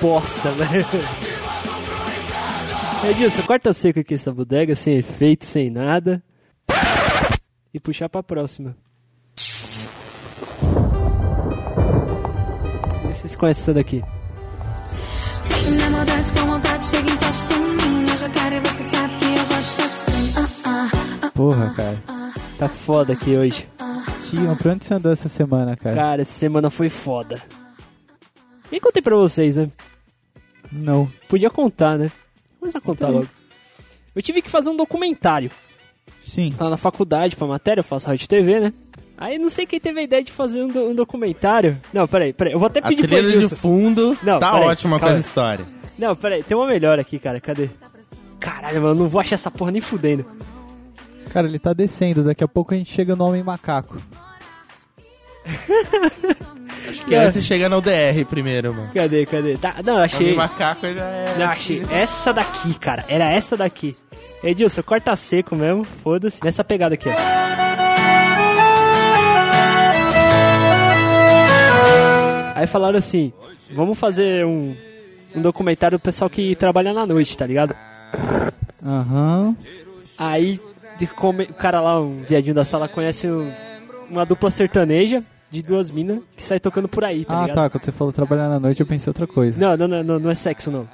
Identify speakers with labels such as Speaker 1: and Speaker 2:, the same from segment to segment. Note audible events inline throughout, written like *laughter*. Speaker 1: bosta, velho. Edilson, corta seco aqui essa bodega, sem efeito, sem nada. E puxar pra próxima. Vê se vocês conhecem essa daqui.
Speaker 2: Na maldade, com maldade, chega encosta em mim. Eu já quero e você sabe que eu gosto assim. Ah, ah, ah,
Speaker 3: Porra, cara.
Speaker 1: Tá foda aqui hoje.
Speaker 3: Tinha, pra onde você andou essa semana, cara?
Speaker 1: Cara, essa semana foi foda. Nem contei pra vocês, né?
Speaker 3: Não.
Speaker 1: Podia contar, né? Começa a contar logo. Eu tive que fazer um documentário.
Speaker 3: Sim.
Speaker 1: lá tá na faculdade pra matéria, eu faço rádio e TV, né? Aí não sei quem teve a ideia de fazer um, do- um documentário. Não, peraí, peraí. Eu vou até
Speaker 4: A
Speaker 1: pedir pro
Speaker 4: trilha de
Speaker 1: Edilson.
Speaker 4: fundo
Speaker 1: Não,
Speaker 4: tá
Speaker 1: peraí,
Speaker 4: ótima com
Speaker 1: calma.
Speaker 4: essa história.
Speaker 1: Não, peraí, tem uma melhor aqui, cara. Cadê? Caralho, mano, eu não vou achar essa porra nem fudendo.
Speaker 3: Cara, ele tá descendo. Daqui a pouco a gente chega no Homem Macaco.
Speaker 4: Acho que antes de chegar na UDR primeiro, mano.
Speaker 1: Cadê, cadê? Tá, não, achei.
Speaker 4: O macaco já é.
Speaker 1: Não, achei. Essa daqui, cara. Era essa daqui. Edilson, corta seco mesmo. Foda-se. Nessa pegada aqui, ó. Aí falaram assim: vamos fazer um, um documentário do pessoal que trabalha na noite, tá ligado?
Speaker 3: Aham.
Speaker 1: Aí de come- o cara lá, um viadinho da sala, conhece um- uma dupla sertaneja de duas minas que sai tocando por aí, tá
Speaker 3: Ah,
Speaker 1: ligado?
Speaker 3: tá. Quando você falou trabalhar na noite, eu pensei outra coisa.
Speaker 1: Não, não, não, não, não é sexo, não.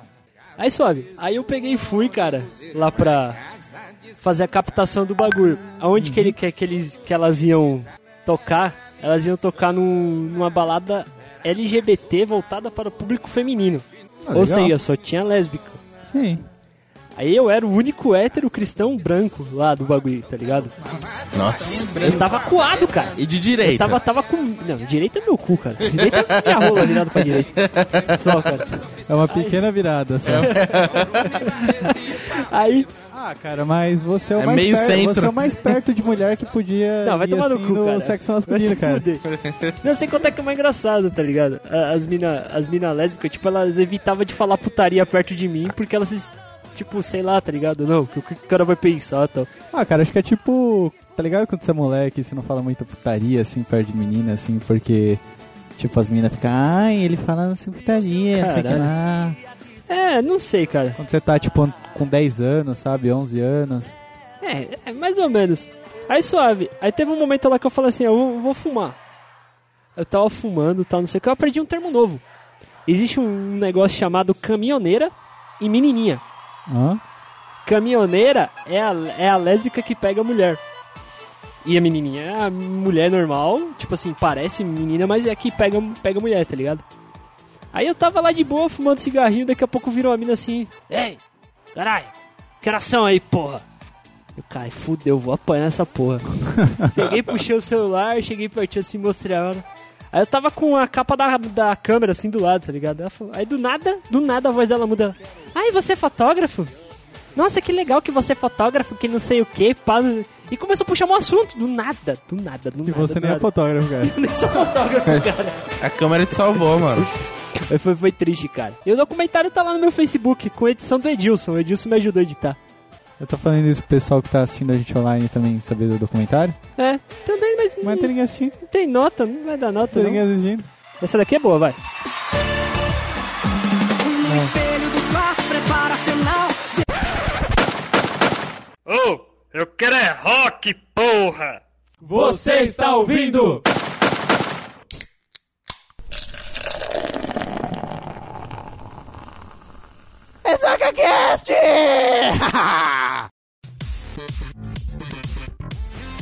Speaker 1: Aí suave. Aí eu peguei e fui, cara, lá pra fazer a captação do bagulho. Aonde que ele quer que, eles, que elas iam tocar? Elas iam tocar num- numa balada LGBT voltada para o público feminino.
Speaker 3: Ah,
Speaker 1: Ou
Speaker 3: legal.
Speaker 1: seja, só tinha lésbica.
Speaker 3: Sim.
Speaker 1: Aí eu era o único hétero cristão branco lá do bagulho, tá ligado?
Speaker 4: Nossa.
Speaker 1: Eu tava coado, cara.
Speaker 4: Tá E de direita.
Speaker 1: Tava, tava com. Não, direita é meu cu, cara. Direita é minha rola virada pra direita. Só, cara.
Speaker 3: É uma pequena virada
Speaker 1: É
Speaker 3: só.
Speaker 1: um- Aí.
Speaker 3: Ah, cara, mas você é o
Speaker 4: É
Speaker 3: mais
Speaker 4: meio
Speaker 3: perto,
Speaker 4: centro.
Speaker 3: você é o mais perto de mulher que podia
Speaker 1: Não, vai
Speaker 3: ir,
Speaker 1: tomar
Speaker 3: assim,
Speaker 1: no cu, cara.
Speaker 3: sexo
Speaker 1: Vai
Speaker 3: masculino,
Speaker 1: se
Speaker 3: cara.
Speaker 1: fuder. Não sei quanto é que é mais engraçado, tá ligado? A- As minas as mina lésbicas, tipo, elas evitavam de falar putaria perto de mim porque elas, se- tipo, sei lá, tá ligado? Não, o que o que o cara vai pensar e tal.
Speaker 3: Ah, cara, acho que é tipo, tá ligado quando você é moleque e você não fala muita putaria assim perto de menina assim, porque tipo as meninas ficam, ai, ele fala não sei putaria, sei que
Speaker 1: Caralho.
Speaker 3: lá.
Speaker 1: É, não sei, cara.
Speaker 3: Quando você tá tipo com 10 anos, sabe, 11 anos.
Speaker 1: É, é mais ou menos. Aí suave. Aí teve um momento lá que eu falei assim, eu vou, vou fumar. Eu tava fumando, tal, não sei o que. Eu aprendi um termo novo. Existe um negócio chamado caminhoneira e menininha.
Speaker 3: Hã?
Speaker 1: Caminhoneira é a, é a lésbica que pega a mulher. E a menininha é a mulher normal, tipo assim, parece menina, mas é que pega, pega mulher, tá ligado? Aí eu tava lá de boa, fumando cigarrinho, daqui a pouco virou uma mina assim, Ei, caralho, que oração aí, porra? Eu, cara, fudeu, vou apanhar essa
Speaker 3: *laughs*
Speaker 1: porra. cheguei, puxei o celular, cheguei pertinho assim, mostrei a hora. Aí eu tava com a capa da, da câmera assim do lado, tá ligado? Ela falou- aí do nada, do nada a voz dela muda. Ai, você é fotógrafo? Nossa, que legal que você é fotógrafo, que não sei o que, pá. E começou a puxar um assunto, do nada, do nada, do
Speaker 3: E
Speaker 1: nada.
Speaker 3: você
Speaker 1: do
Speaker 3: nem é
Speaker 1: nada.
Speaker 3: fotógrafo, cara.
Speaker 1: *laughs* Nem sou fotógrafo, cara.
Speaker 4: A câmera te salvou, mano.
Speaker 1: Aí Foi, foi triste, cara. E o documentário tá lá no meu Facebook, com edição do Edilson. O Edilson me ajudou a editar.
Speaker 3: Eu tô falando isso pro pessoal que tá assistindo a gente online também saber do documentário.
Speaker 1: É, também, mas,
Speaker 3: Mas tem ninguém assistindo,
Speaker 1: não tem nota, não vai dar nota.
Speaker 3: tem
Speaker 1: Não.
Speaker 3: ninguém assistindo.
Speaker 1: Essa daqui é boa, vai.
Speaker 5: No espelho do quarto, prepara sinal.
Speaker 6: Ô, eu quero é rock, porra!
Speaker 3: Você está ouvindo?
Speaker 1: *laughs*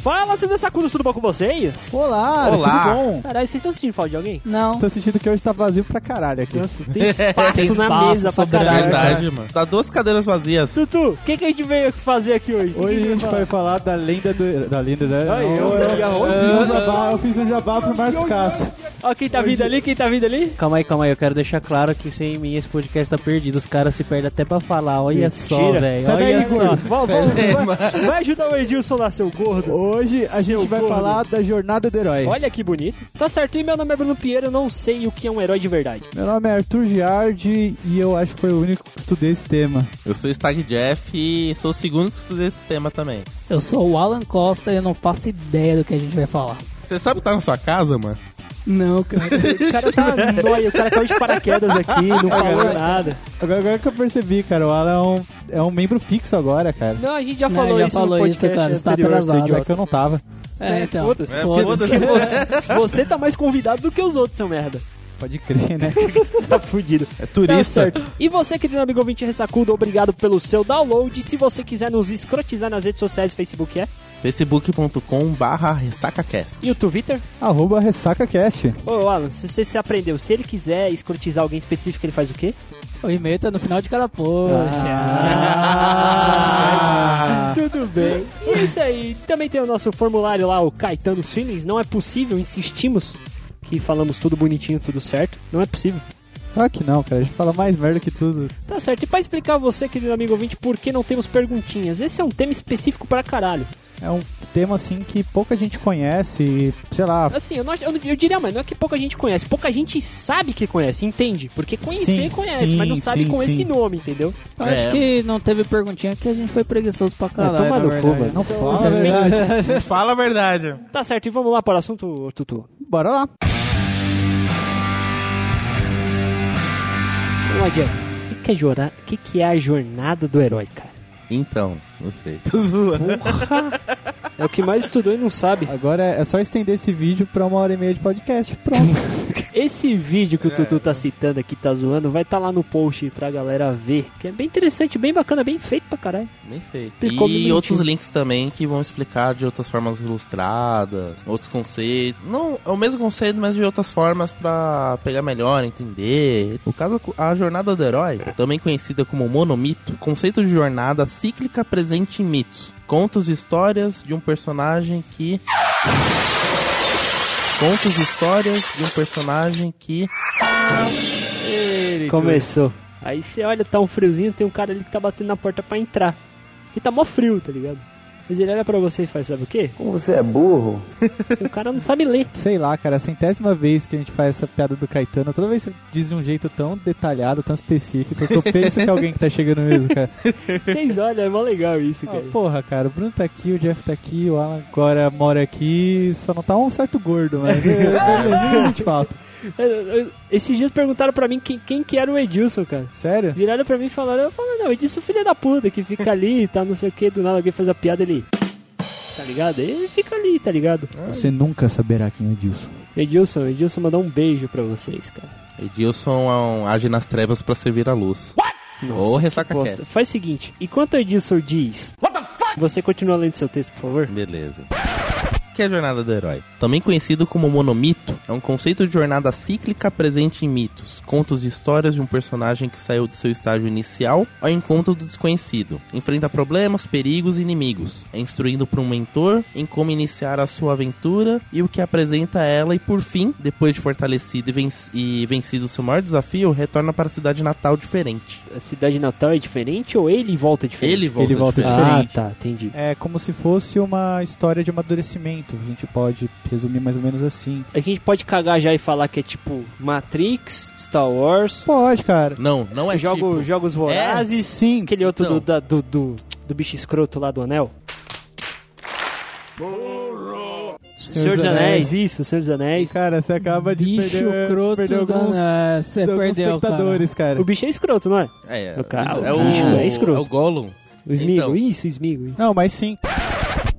Speaker 1: Fala, Silvia Sacuros, tudo bom com vocês?
Speaker 3: Olá,
Speaker 4: Olá.
Speaker 3: tudo bom?
Speaker 1: Caralho, vocês estão sentindo falta de alguém?
Speaker 5: Não.
Speaker 3: Tô sentindo que hoje tá vazio pra caralho aqui.
Speaker 1: Nossa, tem
Speaker 5: *laughs*
Speaker 1: espaço,
Speaker 5: Tem
Speaker 1: na
Speaker 5: espaço
Speaker 1: mesa pra
Speaker 5: sobrando.
Speaker 1: caralho.
Speaker 4: *laughs* Verdade, mano. Tá duas cadeiras vazias.
Speaker 1: Tutu, o que, que a gente veio fazer aqui hoje? O que que
Speaker 3: Hoje a gente
Speaker 1: veio
Speaker 3: vai falar da lenda do. Da lenda da.
Speaker 1: Ai, eu-
Speaker 3: eu, eu-
Speaker 1: eu-
Speaker 3: eu fiz um jabá, eu fiz um jabá pro Marcos Castro.
Speaker 1: Ó, quem tá vindo ali, quem tá vindo ali?
Speaker 7: Calma aí, calma aí, eu quero deixar claro que sem mim esse podcast tá perdido. Os caras se perdem até pra falar. Olha só,
Speaker 1: Mentira.
Speaker 7: velho.
Speaker 3: Sai
Speaker 7: Olha
Speaker 3: daí,
Speaker 7: só.
Speaker 3: gordo.
Speaker 1: Vamos, vamos, vai, vai ajudar o Edilson lá, seu gordo.
Speaker 3: Hoje a
Speaker 1: Seu
Speaker 3: gente vai
Speaker 1: gordo.
Speaker 3: falar da jornada do herói.
Speaker 1: Olha que bonito. Tá certo, e meu nome é Bruno Pinheiro, eu não sei o que é um herói de verdade.
Speaker 3: Meu nome é Arthur Giardi e eu acho que foi o único que estudei esse tema.
Speaker 4: Eu sou o Stag Jeff e sou o segundo que estudei esse tema também.
Speaker 8: Eu sou o Alan Costa e eu não faço ideia do que a gente vai falar.
Speaker 4: Você sabe o que tá na sua casa, mano?
Speaker 7: Não, cara.
Speaker 1: O cara tá nóia, o cara caiu de paraquedas aqui, não falou nada.
Speaker 3: Agora, agora que eu percebi, cara, o Alan é um, é um membro fixo agora, cara.
Speaker 1: Não, a gente já
Speaker 8: Não,
Speaker 1: falou
Speaker 8: já
Speaker 1: isso
Speaker 8: falou
Speaker 1: no
Speaker 8: isso,
Speaker 1: podcast
Speaker 8: cara, você tá
Speaker 1: anterior, seu
Speaker 8: atrasado.
Speaker 3: Mas é
Speaker 1: idiota.
Speaker 3: que eu não tava.
Speaker 8: *laughs* É, então.
Speaker 1: Foda-se.
Speaker 4: É, foda-se.
Speaker 8: Foda-se.
Speaker 1: Porque você, você tá mais convidado do que os outros, seu merda.
Speaker 3: Pode crer,
Speaker 1: *laughs*
Speaker 3: né?
Speaker 1: Tá fudido.
Speaker 4: É
Speaker 1: Tá
Speaker 4: turista.
Speaker 1: certo. E você, querido amigo ouvinte ressacudo, obrigado pelo seu download. Se você quiser nos escrotizar nas redes sociais, Facebook é.
Speaker 4: facebook.com barra ressacacast.
Speaker 1: E o Twitter?
Speaker 3: Arroba RessacaCast.
Speaker 1: Ô, Alan, se você se aprendeu, se ele quiser escrotizar alguém específico, ele faz o quê?
Speaker 8: O e-mail tá no final de cada post.
Speaker 1: Ah, Tudo bem. E é isso aí. Também tem o nosso formulário lá, o Caetano Feelings. Não é possível, insistimos que falamos tudo bonitinho, tudo certo. Não é possível.
Speaker 3: Claro que não, cara. A gente fala mais merda que tudo.
Speaker 1: Tá certo. E pra explicar a você, querido amigo ouvinte, por que não temos perguntinhas? Esse é um tema específico pra caralho.
Speaker 3: É um tema, assim, que pouca gente conhece e, sei lá...
Speaker 1: Assim, eu, não, eu, não- eu diria mais, não é que pouca gente conhece, pouca gente sabe que conhece, entende? Porque conhecer,
Speaker 3: Sim,
Speaker 1: conhece,
Speaker 3: sim,
Speaker 1: mas não sabe
Speaker 3: sim,
Speaker 1: com
Speaker 3: sim.
Speaker 1: esse nome, entendeu?
Speaker 8: Eu
Speaker 7: Ah,
Speaker 8: acho
Speaker 4: É.
Speaker 8: que não teve perguntinha que a gente foi preguiçoso pra
Speaker 3: Ah,
Speaker 8: caralho.
Speaker 3: é,
Speaker 1: toma
Speaker 8: na
Speaker 1: no cu,
Speaker 8: verdade.
Speaker 1: mano.
Speaker 3: Não fala a
Speaker 8: também.
Speaker 3: verdade.
Speaker 4: Fala a verdade.
Speaker 1: Tá certo, e vamos lá para o assunto, Tutu.
Speaker 3: Bora lá.
Speaker 1: Vamos lá, Diego. O que que é jorna- O que, que é a jornada do herói, cara?
Speaker 4: Então, gostei. Tô zoando.
Speaker 1: É o que mais estudou e não sabe.
Speaker 3: Agora é só estender esse vídeo pra uma hora e meia de podcast. *laughs* Pronto.
Speaker 1: Esse vídeo que o Tutu tá citando aqui, tá zoando, vai estar lá no post pra galera ver. Que é bem interessante, bem bacana, bem feito pra caralho.
Speaker 4: Bem feito.
Speaker 1: Ficou
Speaker 4: e
Speaker 1: bonitinho.
Speaker 4: outros links também que vão explicar de outras formas ilustradas, outros conceitos. Não, é o mesmo conceito, mas de outras formas pra pegar melhor, entender. No caso, a jornada do herói, também conhecida como monomito, conceito de jornada cíclica presente em mitos. Contos e histórias de um personagem que. Contos e histórias de um personagem que. Eita.
Speaker 1: Começou. Aí você olha, tá um friozinho, tem um cara ali que tá batendo na porta pra entrar. E tá mó frio, tá ligado? Mas ele olha pra você e faz, sabe o quê? Como você é burro. *laughs* O cara não sabe ler.
Speaker 3: Sei lá, cara. A centésima vez que a gente faz essa piada do Caetano, toda vez você diz de um jeito tão detalhado, tão específico, que eu penso que é alguém que tá chegando mesmo, cara. *laughs*
Speaker 1: Vocês olham, é mó legal isso,
Speaker 3: Ah,
Speaker 1: cara.
Speaker 3: porra, cara, o Bruno tá aqui, o Jeff tá aqui, o Alan agora mora aqui, só não tá um certo gordo, *laughs* mas é beleza, não te falta.
Speaker 1: É, Esses dias perguntaram pra mim quem, quem que era o Edilson, cara.
Speaker 3: Sério?
Speaker 1: Viraram pra mim e falaram, eu falo, não, Edilson é filho da puta que fica ali e tá, não sei o que, do nada alguém faz a piada, ele... Tá ligado? Ele fica ali, tá ligado?
Speaker 3: Você nunca saberá quem é o Dilson.
Speaker 1: Edilson, Edilson mandou um beijo pra vocês, cara.
Speaker 4: Edilson é um- age nas trevas pra servir a luz. Ou ressaca
Speaker 1: Posta.
Speaker 4: cast.
Speaker 1: Faz o seguinte, enquanto o Edilson diz... What the fuck? Você continua lendo seu texto, por favor.
Speaker 4: Beleza. O que é a jornada do herói? Também conhecido como monomito, é um conceito de jornada cíclica presente em mitos, contos e histórias de um personagem que saiu de seu estágio inicial ao encontro do desconhecido, enfrenta problemas, perigos e inimigos, é instruído por um mentor em como iniciar a sua aventura e o que apresenta a ela e por fim, depois de fortalecido e, venc- e vencido seu maior desafio, retorna para a cidade natal diferente.
Speaker 1: A cidade natal é diferente ou ele volta diferente?
Speaker 4: Ele volta,
Speaker 3: Ele volta
Speaker 4: diferente.
Speaker 1: Ah,
Speaker 3: diferente.
Speaker 1: tá, entendi.
Speaker 3: É como se fosse uma história de amadurecimento, a gente pode resumir mais ou menos assim.
Speaker 1: É que a gente pode cagar já e falar que é tipo Matrix, Star Wars,
Speaker 3: Pode, cara.
Speaker 4: Não, não é
Speaker 1: jogo,
Speaker 4: tipo.
Speaker 1: Jogos Vorazes,
Speaker 3: Sim,
Speaker 1: aquele outro
Speaker 4: Então.
Speaker 1: do, da- do, do, do bicho escroto lá do anel. Senhor dos Anéis, isso, Senhor dos Anéis.
Speaker 3: Cara, você acaba de
Speaker 8: Bicho
Speaker 3: perder,
Speaker 8: croto
Speaker 3: perder
Speaker 8: da-
Speaker 3: alguns,
Speaker 8: Ah, Você
Speaker 3: alguns
Speaker 8: perdeu, cara.
Speaker 3: espectadores, cara.
Speaker 1: O bicho é escroto, não é?
Speaker 4: É,
Speaker 1: O cara-
Speaker 4: isso, é
Speaker 1: o
Speaker 4: o,
Speaker 1: bicho é escroto.
Speaker 4: é o Gollum.
Speaker 1: O Smigo,
Speaker 4: Então.
Speaker 1: isso, o Smigo. Isso.
Speaker 3: Não, mas sim.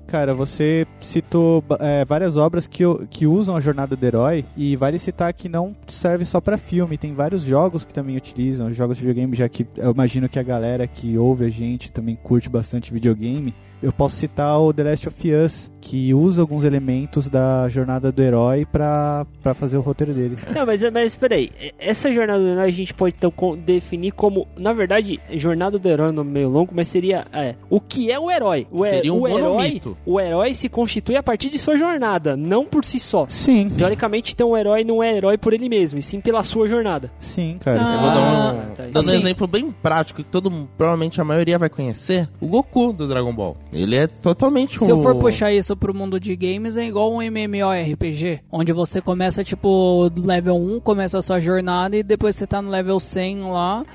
Speaker 3: Cara, você citou ba- é, várias obras que, o- que usam a jornada do herói e vale citar que não serve só pra filme, tem vários jogos que também utilizam, jogos de videogame, já que eu imagino que a galera que ouve a gente também curte bastante videogame. Eu posso citar o The Last of Us, que usa alguns elementos da jornada do herói pra, pra fazer o roteiro dele.
Speaker 1: Não, mas, mas peraí, e- essa jornada do herói a gente pode então co- definir como, na verdade, jornada do herói é um nome meio longo, mas seria é, o que é o herói. O, he-
Speaker 4: Seria um
Speaker 1: o herói,
Speaker 4: monomito.
Speaker 1: o herói se constitui a partir de sua jornada, não por si só.
Speaker 3: Sim,
Speaker 1: Teoricamente, então o herói não é herói por ele mesmo, e sim pela sua jornada.
Speaker 3: sim, cara.
Speaker 8: Ah,
Speaker 4: Eu vou dar um,
Speaker 1: Ah, tá,
Speaker 4: dando um
Speaker 8: assim-
Speaker 4: exemplo bem prático que todo mundo- provavelmente a maioria vai conhecer, o Goku do Dragon Ball. Ele é totalmente um
Speaker 8: Se eu for puxar isso pro mundo de games, é igual um MMORPG, onde você começa, tipo, do level 1, começa a sua jornada e depois você tá no level 100 lá,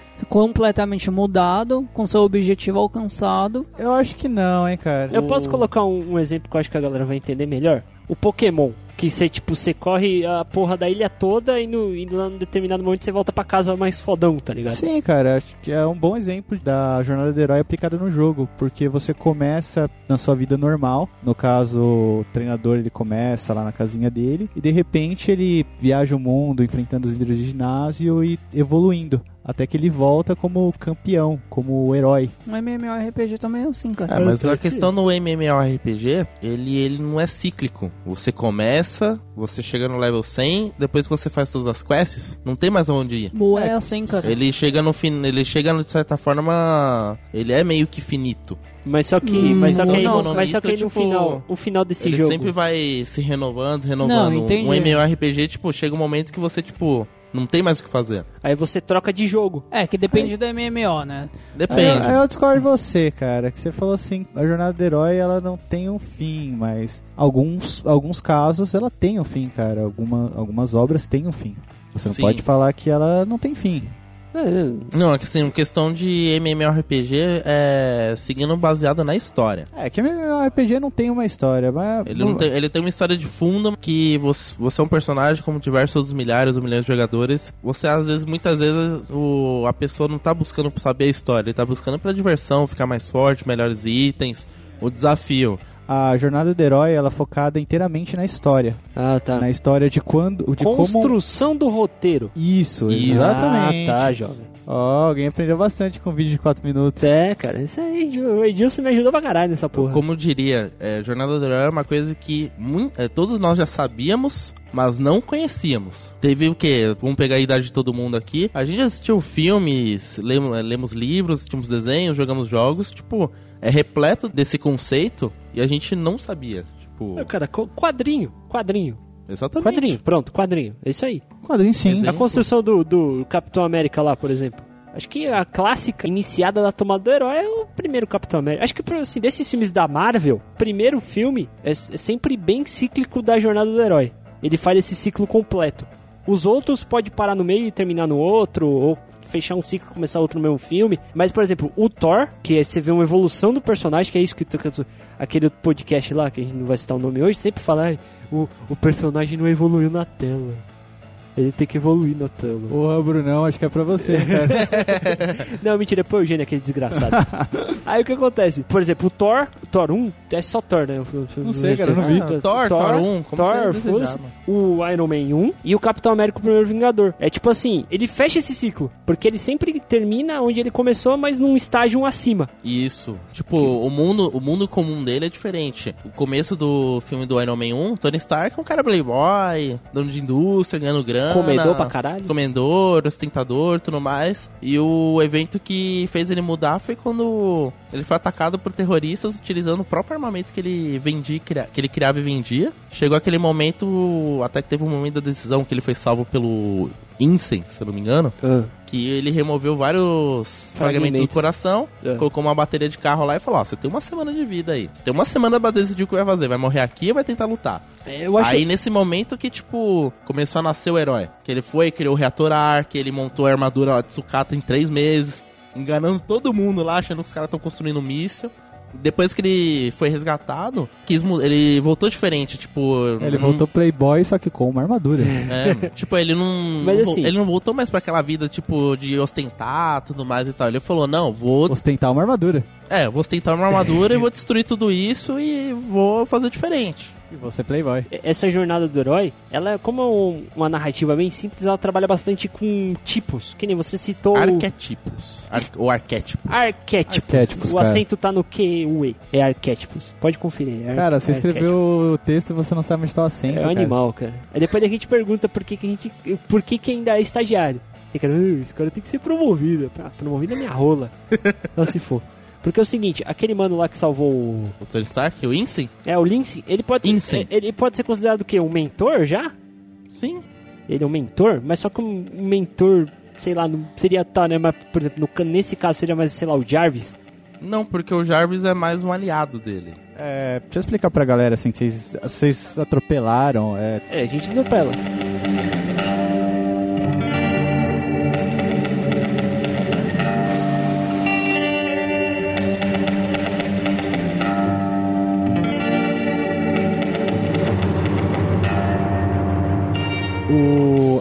Speaker 8: completamente mudado, com seu objetivo alcançado.
Speaker 3: Eu acho que não, hein, cara.
Speaker 1: Eu posso colocar um, um exemplo que eu acho que a galera vai entender melhor? O Pokémon. Que você, tipo, você corre a porra da ilha toda e, no, e lá num determinado momento você volta pra casa mais fodão, tá ligado?
Speaker 3: Sim, cara, acho que é um bom exemplo da jornada do herói aplicada no jogo, porque você começa na sua vida normal, no caso, o treinador ele começa lá na casinha dele, e de repente ele viaja o mundo enfrentando os líderes de ginásio e evoluindo. Até que ele volta como campeão, como herói.
Speaker 8: Um MMORPG também é assim, cara.
Speaker 4: Ah, mas
Speaker 1: Eu
Speaker 4: a
Speaker 1: tô
Speaker 4: questão no MMORPG, ele, ele não é cíclico. Você começa, você chega no level 100, depois que você faz todas as quests, não tem mais onde ir.
Speaker 8: Boa é assim, cara.
Speaker 4: Ele chega no fim, ele chega de certa forma, ele é meio que finito.
Speaker 1: Mas só que,
Speaker 8: Hum,
Speaker 1: mas só que, aí-
Speaker 4: não, não,
Speaker 1: mas só que aí
Speaker 4: então,
Speaker 1: no
Speaker 4: tipo,
Speaker 1: final, o final desse
Speaker 4: ele
Speaker 1: jogo.
Speaker 4: sempre vai se renovando, renovando.
Speaker 8: Não, entendi.
Speaker 4: um MMORPG, tipo, chega um momento que você tipo não tem mais o que fazer.
Speaker 1: Aí você troca de jogo.
Speaker 8: É, que depende do MMO, né?
Speaker 3: Aí,
Speaker 4: Depende.
Speaker 3: eu- aí eu discordo de você, cara, que você falou assim, a jornada do herói ela não tem um fim, mas alguns, alguns casos ela tem um fim, cara. Alguma, algumas obras têm um fim. Você não
Speaker 4: Sim.
Speaker 3: pode falar que ela não tem fim.
Speaker 1: É,
Speaker 4: Não, é que assim, questão de MMORPG é seguindo baseada na história.
Speaker 3: É, que RPG não tem uma história, mas.
Speaker 4: Ele, não tem, ele tem uma história de fundo que você, você é um personagem como diversos outros milhares ou milhões de jogadores. Você, às vezes, muitas vezes, o, a pessoa não tá buscando pra saber a história, ele tá buscando pra diversão, ficar mais forte, melhores itens, o desafio.
Speaker 3: A jornada do herói ela é focada inteiramente na história.
Speaker 1: Ah, tá.
Speaker 3: Na história de quando. De como.
Speaker 1: Construção do roteiro.
Speaker 3: Isso,
Speaker 4: Isso.
Speaker 3: exatamente.
Speaker 1: Ah, tá, jovem.
Speaker 3: Ó, alguém aprendeu bastante com vídeo de 4 minutos.
Speaker 1: É, cara, isso aí, Ju- o Edilson me ajudou pra caralho nessa porra.
Speaker 4: Como eu diria, é, Jornada do Herói é uma coisa que mui- é, todos nós já sabíamos, mas não conhecíamos. Teve o quê? Vamos pegar a idade de todo mundo aqui. A gente assistiu filmes, lemo- é, lemos, livros, assistimos desenhos, jogamos jogos. Tipo, é repleto desse conceito e a gente não sabia. Tipo,
Speaker 1: Ah, Cara, co- quadrinho, quadrinho,
Speaker 4: exatamente.
Speaker 1: É, quadrinho, pronto, quadrinho, é isso aí.
Speaker 3: Quadrinho sim.
Speaker 1: A
Speaker 4: Exemplo.
Speaker 1: construção do, do Capitão América lá, por exemplo. Acho que a clássica iniciada da tomada do herói é o primeiro Capitão América. Acho que pro- assim, desses filmes da Marvel, o primeiro filme é, s- é sempre bem cíclico da jornada do herói. Ele faz esse ciclo completo. Os outros pode parar no meio e terminar no outro, ou fechar um ciclo e começar outro no mesmo filme. Mas, por exemplo, o Thor, que é- você vê uma evolução do personagem, que é isso que tu- que tu- aquele outro podcast lá, que a gente não vai citar o nome hoje, sempre fala, "Ai, o, o personagem não evoluiu na tela. Ele tem que evoluir na tela.
Speaker 3: Porra, Brunão, acho que é pra você,
Speaker 4: *laughs*
Speaker 3: cara.
Speaker 1: Não, mentira, foi o Eugênio, aquele desgraçado. Aí o que acontece? Por exemplo, o Thor, Thor 1, é só Thor, né?
Speaker 3: Não sei, cara, eu não vi.
Speaker 4: Ah, Thor, Thor 1, como
Speaker 1: Thor,
Speaker 4: você
Speaker 1: foda-se,
Speaker 4: desejava.
Speaker 1: o Iron Man 1 e o Capitão América o Primeiro Vingador. É tipo assim, ele fecha esse ciclo, porque ele sempre termina onde ele começou, mas num estágio acima.
Speaker 4: Isso. Tipo, o mundo, o mundo comum dele é diferente. O começo do filme do Iron Man 1, Tony Stark é um cara playboy, dono de indústria, ganhando grana.
Speaker 1: Comedor pra caralho.
Speaker 4: Comendor, ostentador, tudo mais. E o evento que fez ele mudar foi quando ele foi atacado por terroristas utilizando o próprio armamento que ele vendia, e cria- que ele criava e vendia. Chegou aquele momento, até que teve um momento da decisão que ele foi salvo pelo Insane, se eu não me engano
Speaker 1: Ah.
Speaker 4: que ele removeu vários fragmentos, do
Speaker 1: Fragmentos.
Speaker 4: coração,
Speaker 1: É.
Speaker 4: colocou uma bateria de carro lá e falou: Ó, você tem uma semana de vida aí. Você tem uma semana pra decidir o que vai fazer. Vai morrer aqui ou vai tentar lutar?
Speaker 1: É, Eu acho
Speaker 4: Aí nesse momento que, tipo, começou a nascer o herói. Que ele foi, criou o reator ar, que ele montou a armadura de sucata em três meses, enganando todo mundo lá, achando que os caras estão construindo um míssil. Depois que ele foi resgatado, quis mu- ele voltou diferente, tipo.
Speaker 3: É, Ele
Speaker 4: não-
Speaker 3: voltou Playboy, só que com uma armadura.
Speaker 4: é, *laughs* tipo, ele não.
Speaker 1: Mas
Speaker 4: não vo-
Speaker 1: assim-
Speaker 4: ele não voltou mais pra aquela vida, tipo, de ostentar tudo mais e tal. Ele falou, não, vou.
Speaker 3: Ostentar uma armadura.
Speaker 4: É, vou ostentar uma armadura e vou destruir tudo isso e vou fazer diferente.
Speaker 3: E você Playboy.
Speaker 1: essa jornada do herói, ela, como é um- uma narrativa bem simples, ela trabalha bastante com tipos. Que nem você citou. o-
Speaker 4: Arquetipos. Ar o arquétipo.
Speaker 1: Arquétipo.
Speaker 3: Arquétipos,
Speaker 1: o
Speaker 3: cara.
Speaker 1: acento tá no QUE. É arquétipos. Pode conferir. é ar-
Speaker 3: Cara, você
Speaker 1: arquétipo.
Speaker 3: escreveu o texto e você não sabe onde tá o acento,
Speaker 1: É um
Speaker 3: cara.
Speaker 1: animal, cara. Aí depois a gente pergunta por que, que a gente. Por que, que ainda é estagiário? Tem cara, "Ah, esse cara tem que ser promovido. Ah, promovido é minha
Speaker 3: *laughs*
Speaker 1: rola. Não se for. Porque é o seguinte, aquele mano lá que salvou o.
Speaker 4: O Tony Stark, o Insane?
Speaker 1: É, o Lince, ele pode.
Speaker 4: Lince.
Speaker 1: é, Ele pode ser considerado o quê? Um mentor já?
Speaker 4: Sim.
Speaker 1: Ele é um mentor, mas só que um mentor, sei lá, não seria tal, né? Mas, por exemplo, no, ca- nesse caso seria mais, sei lá, o Jarvis.
Speaker 4: Não, porque o Jarvis é mais um aliado dele.
Speaker 3: É, deixa eu explicar pra galera, assim, que vocês, vocês atropelaram. É,
Speaker 1: É, a gente atropela.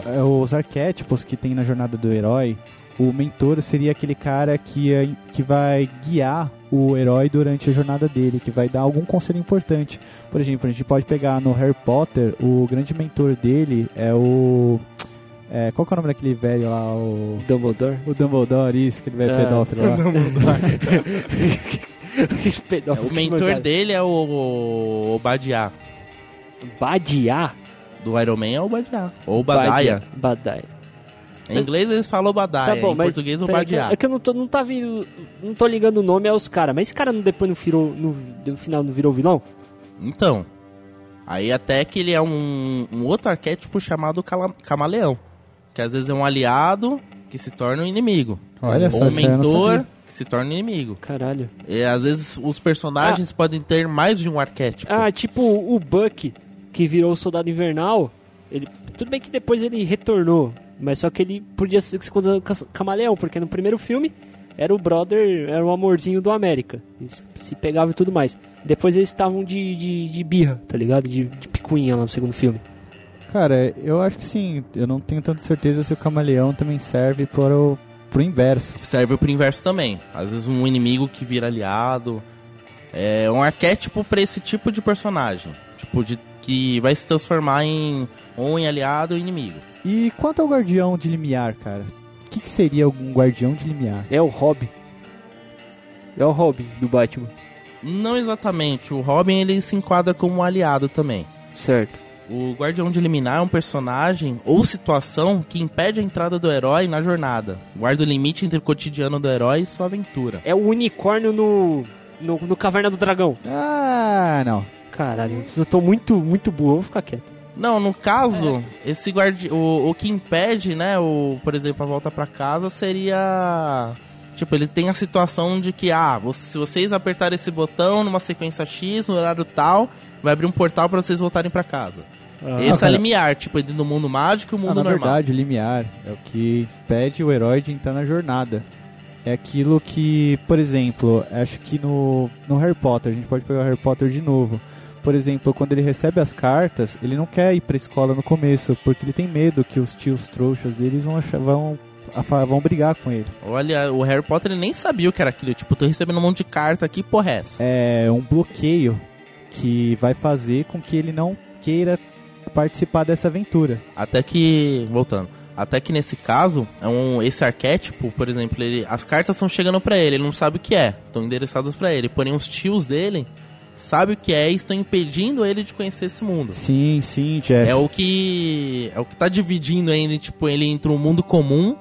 Speaker 3: é, os arquétipos que tem na jornada do herói, o mentor seria aquele cara que, é- que vai guiar o herói durante a jornada dele, que vai dar algum conselho importante. Por exemplo, a gente pode pegar no Harry Potter, o grande mentor dele é o. é, qual que é o nome daquele velho lá? O,
Speaker 1: Dumbledore.
Speaker 3: o Dumbledore, isso, aquele velho
Speaker 1: Ah.
Speaker 3: pedófilo lá.
Speaker 1: Que
Speaker 4: É,
Speaker 1: pedófilo
Speaker 4: o
Speaker 1: que
Speaker 4: mentor
Speaker 1: mandaram.
Speaker 4: dele é o, o Obadiah.
Speaker 1: Badiá?
Speaker 4: Do Iron Man é o Obadiah. Ou Obadiah.
Speaker 1: Badaia.
Speaker 4: Em inglês eles falam
Speaker 1: Tá
Speaker 4: Obadiah, Ah, é, em português
Speaker 1: peraí,
Speaker 4: Obadiah.
Speaker 1: que- É que eu não tô, não tá vindo, não tô ligando o nome aos caras, mas esse cara não- depois não virou, no, no final não virou vilão?
Speaker 4: Então, aí até que ele é um, um outro arquétipo chamado cala- camaleão, que às vezes é um aliado que se torna um inimigo.
Speaker 3: Olha
Speaker 4: Ou
Speaker 3: só,
Speaker 4: um
Speaker 3: isso aí eu não
Speaker 4: mentor
Speaker 3: sabia.
Speaker 4: que se torna inimigo.
Speaker 1: Caralho.
Speaker 4: E às vezes os personagens podem ter mais de um arquétipo.
Speaker 1: Ah, tipo o Buck, que virou o Soldado Invernal, ele, tudo bem que depois ele retornou, mas só que ele podia ser se considerado ca- camaleão, porque no primeiro filme era o brother, era o amorzinho do América, e se- se pegava e tudo mais. Depois eles estavam de, de, de birra, tá ligado? De, de picuinha lá no segundo filme.
Speaker 3: Cara, eu acho que sim. Eu não tenho tanta certeza se o camaleão também serve para o, pro inverso.
Speaker 4: Serve pro inverso também. Às vezes um inimigo que vira aliado. É um arquétipo pra esse tipo de personagem. Tipo, de, que vai se transformar em ou em aliado ou inimigo.
Speaker 3: E quanto ao guardião de limiar, cara? O que, que seria um guardião de limiar?
Speaker 1: É o Robin. É o Robin do Batman.
Speaker 4: Não exatamente. O Robin ele se enquadra como um aliado também.
Speaker 1: Certo.
Speaker 4: O Guardião de Liminar é um personagem ou situação que impede a entrada do herói na jornada. Guarda o limite entre o cotidiano do herói e sua aventura.
Speaker 1: É o unicórnio no, no, no Caverna do Dragão.
Speaker 3: Ah, não.
Speaker 1: Caralho, eu tô muito, muito burro, vou ficar quieto.
Speaker 4: Não, no caso, esse guardi o, o que impede, né, o, por exemplo, a volta pra casa seria tipo, ele tem a situação de que ah, vo- se vocês apertarem esse botão numa sequência X, no horário tal, vai abrir um portal pra vocês voltarem pra casa. esse é
Speaker 3: Ah, cara.
Speaker 4: limiar, tipo, entre o mundo mágico e o
Speaker 3: Ah,
Speaker 4: mundo
Speaker 3: na
Speaker 4: normal.
Speaker 3: verdade, o limiar é o que impede o herói de entrar na jornada. É aquilo que, por exemplo, acho que no, no Harry Potter, a gente pode pegar o Harry Potter de novo. Por exemplo, quando ele recebe as cartas, ele não quer ir pra escola no começo, porque ele tem medo que os tios trouxas deles vão, achar- vão, afa- vão brigar com ele.
Speaker 4: Olha, o Harry Potter ele nem sabia o que era aquilo. Tipo, tô recebendo um monte de carta aqui, porra, é essa?
Speaker 3: é um bloqueio que vai fazer com que ele não queira participar dessa aventura.
Speaker 4: Até que. Voltando. Até que nesse caso, é um, esse arquétipo, por exemplo, ele, as cartas estão chegando pra ele, ele não sabe o que é, estão endereçadas pra ele. Porém, os tios dele sabem o que é e estão impedindo ele de conhecer esse mundo.
Speaker 3: Sim, sim, Jeff.
Speaker 4: É o que. É o que tá dividindo ainda, tipo, ele entre um mundo comum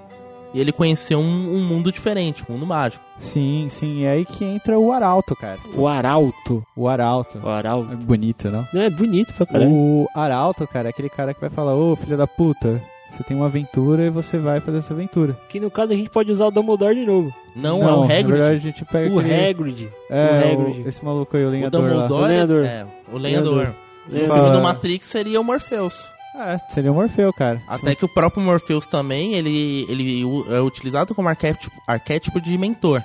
Speaker 4: e ele conhecer um, um mundo diferente, um mundo mágico.
Speaker 3: Sim, sim, é aí que entra o Arauto, cara.
Speaker 1: O Arauto.
Speaker 3: O Arauto.
Speaker 1: O Arauto.
Speaker 3: É bonito, não?
Speaker 1: É bonito pra caralho.
Speaker 3: O Arauto, cara, é aquele cara que vai falar, ô filho da puta, você tem uma aventura e você vai fazer essa aventura.
Speaker 1: Que no caso a gente pode usar o Dumbledore de novo.
Speaker 4: Não, é o
Speaker 3: Na
Speaker 4: Hagrid.
Speaker 3: verdade, a gente pega
Speaker 1: O
Speaker 3: aquele-
Speaker 1: Hagrid. o
Speaker 3: é, o-
Speaker 1: Hagrid.
Speaker 3: esse maluco aí, o
Speaker 4: o
Speaker 3: lenhador lá.
Speaker 4: Dumbledore.
Speaker 1: O lenhador.
Speaker 4: É, o lenhador.
Speaker 1: É.
Speaker 4: O
Speaker 3: Fala.
Speaker 4: filme
Speaker 1: Ah,
Speaker 4: do Matrix seria o Morpheus.
Speaker 3: Ah, seria o Morfeu, cara.
Speaker 4: Até que o próprio Morpheus também, ele, ele u- é utilizado como arquétipo, arquétipo de mentor.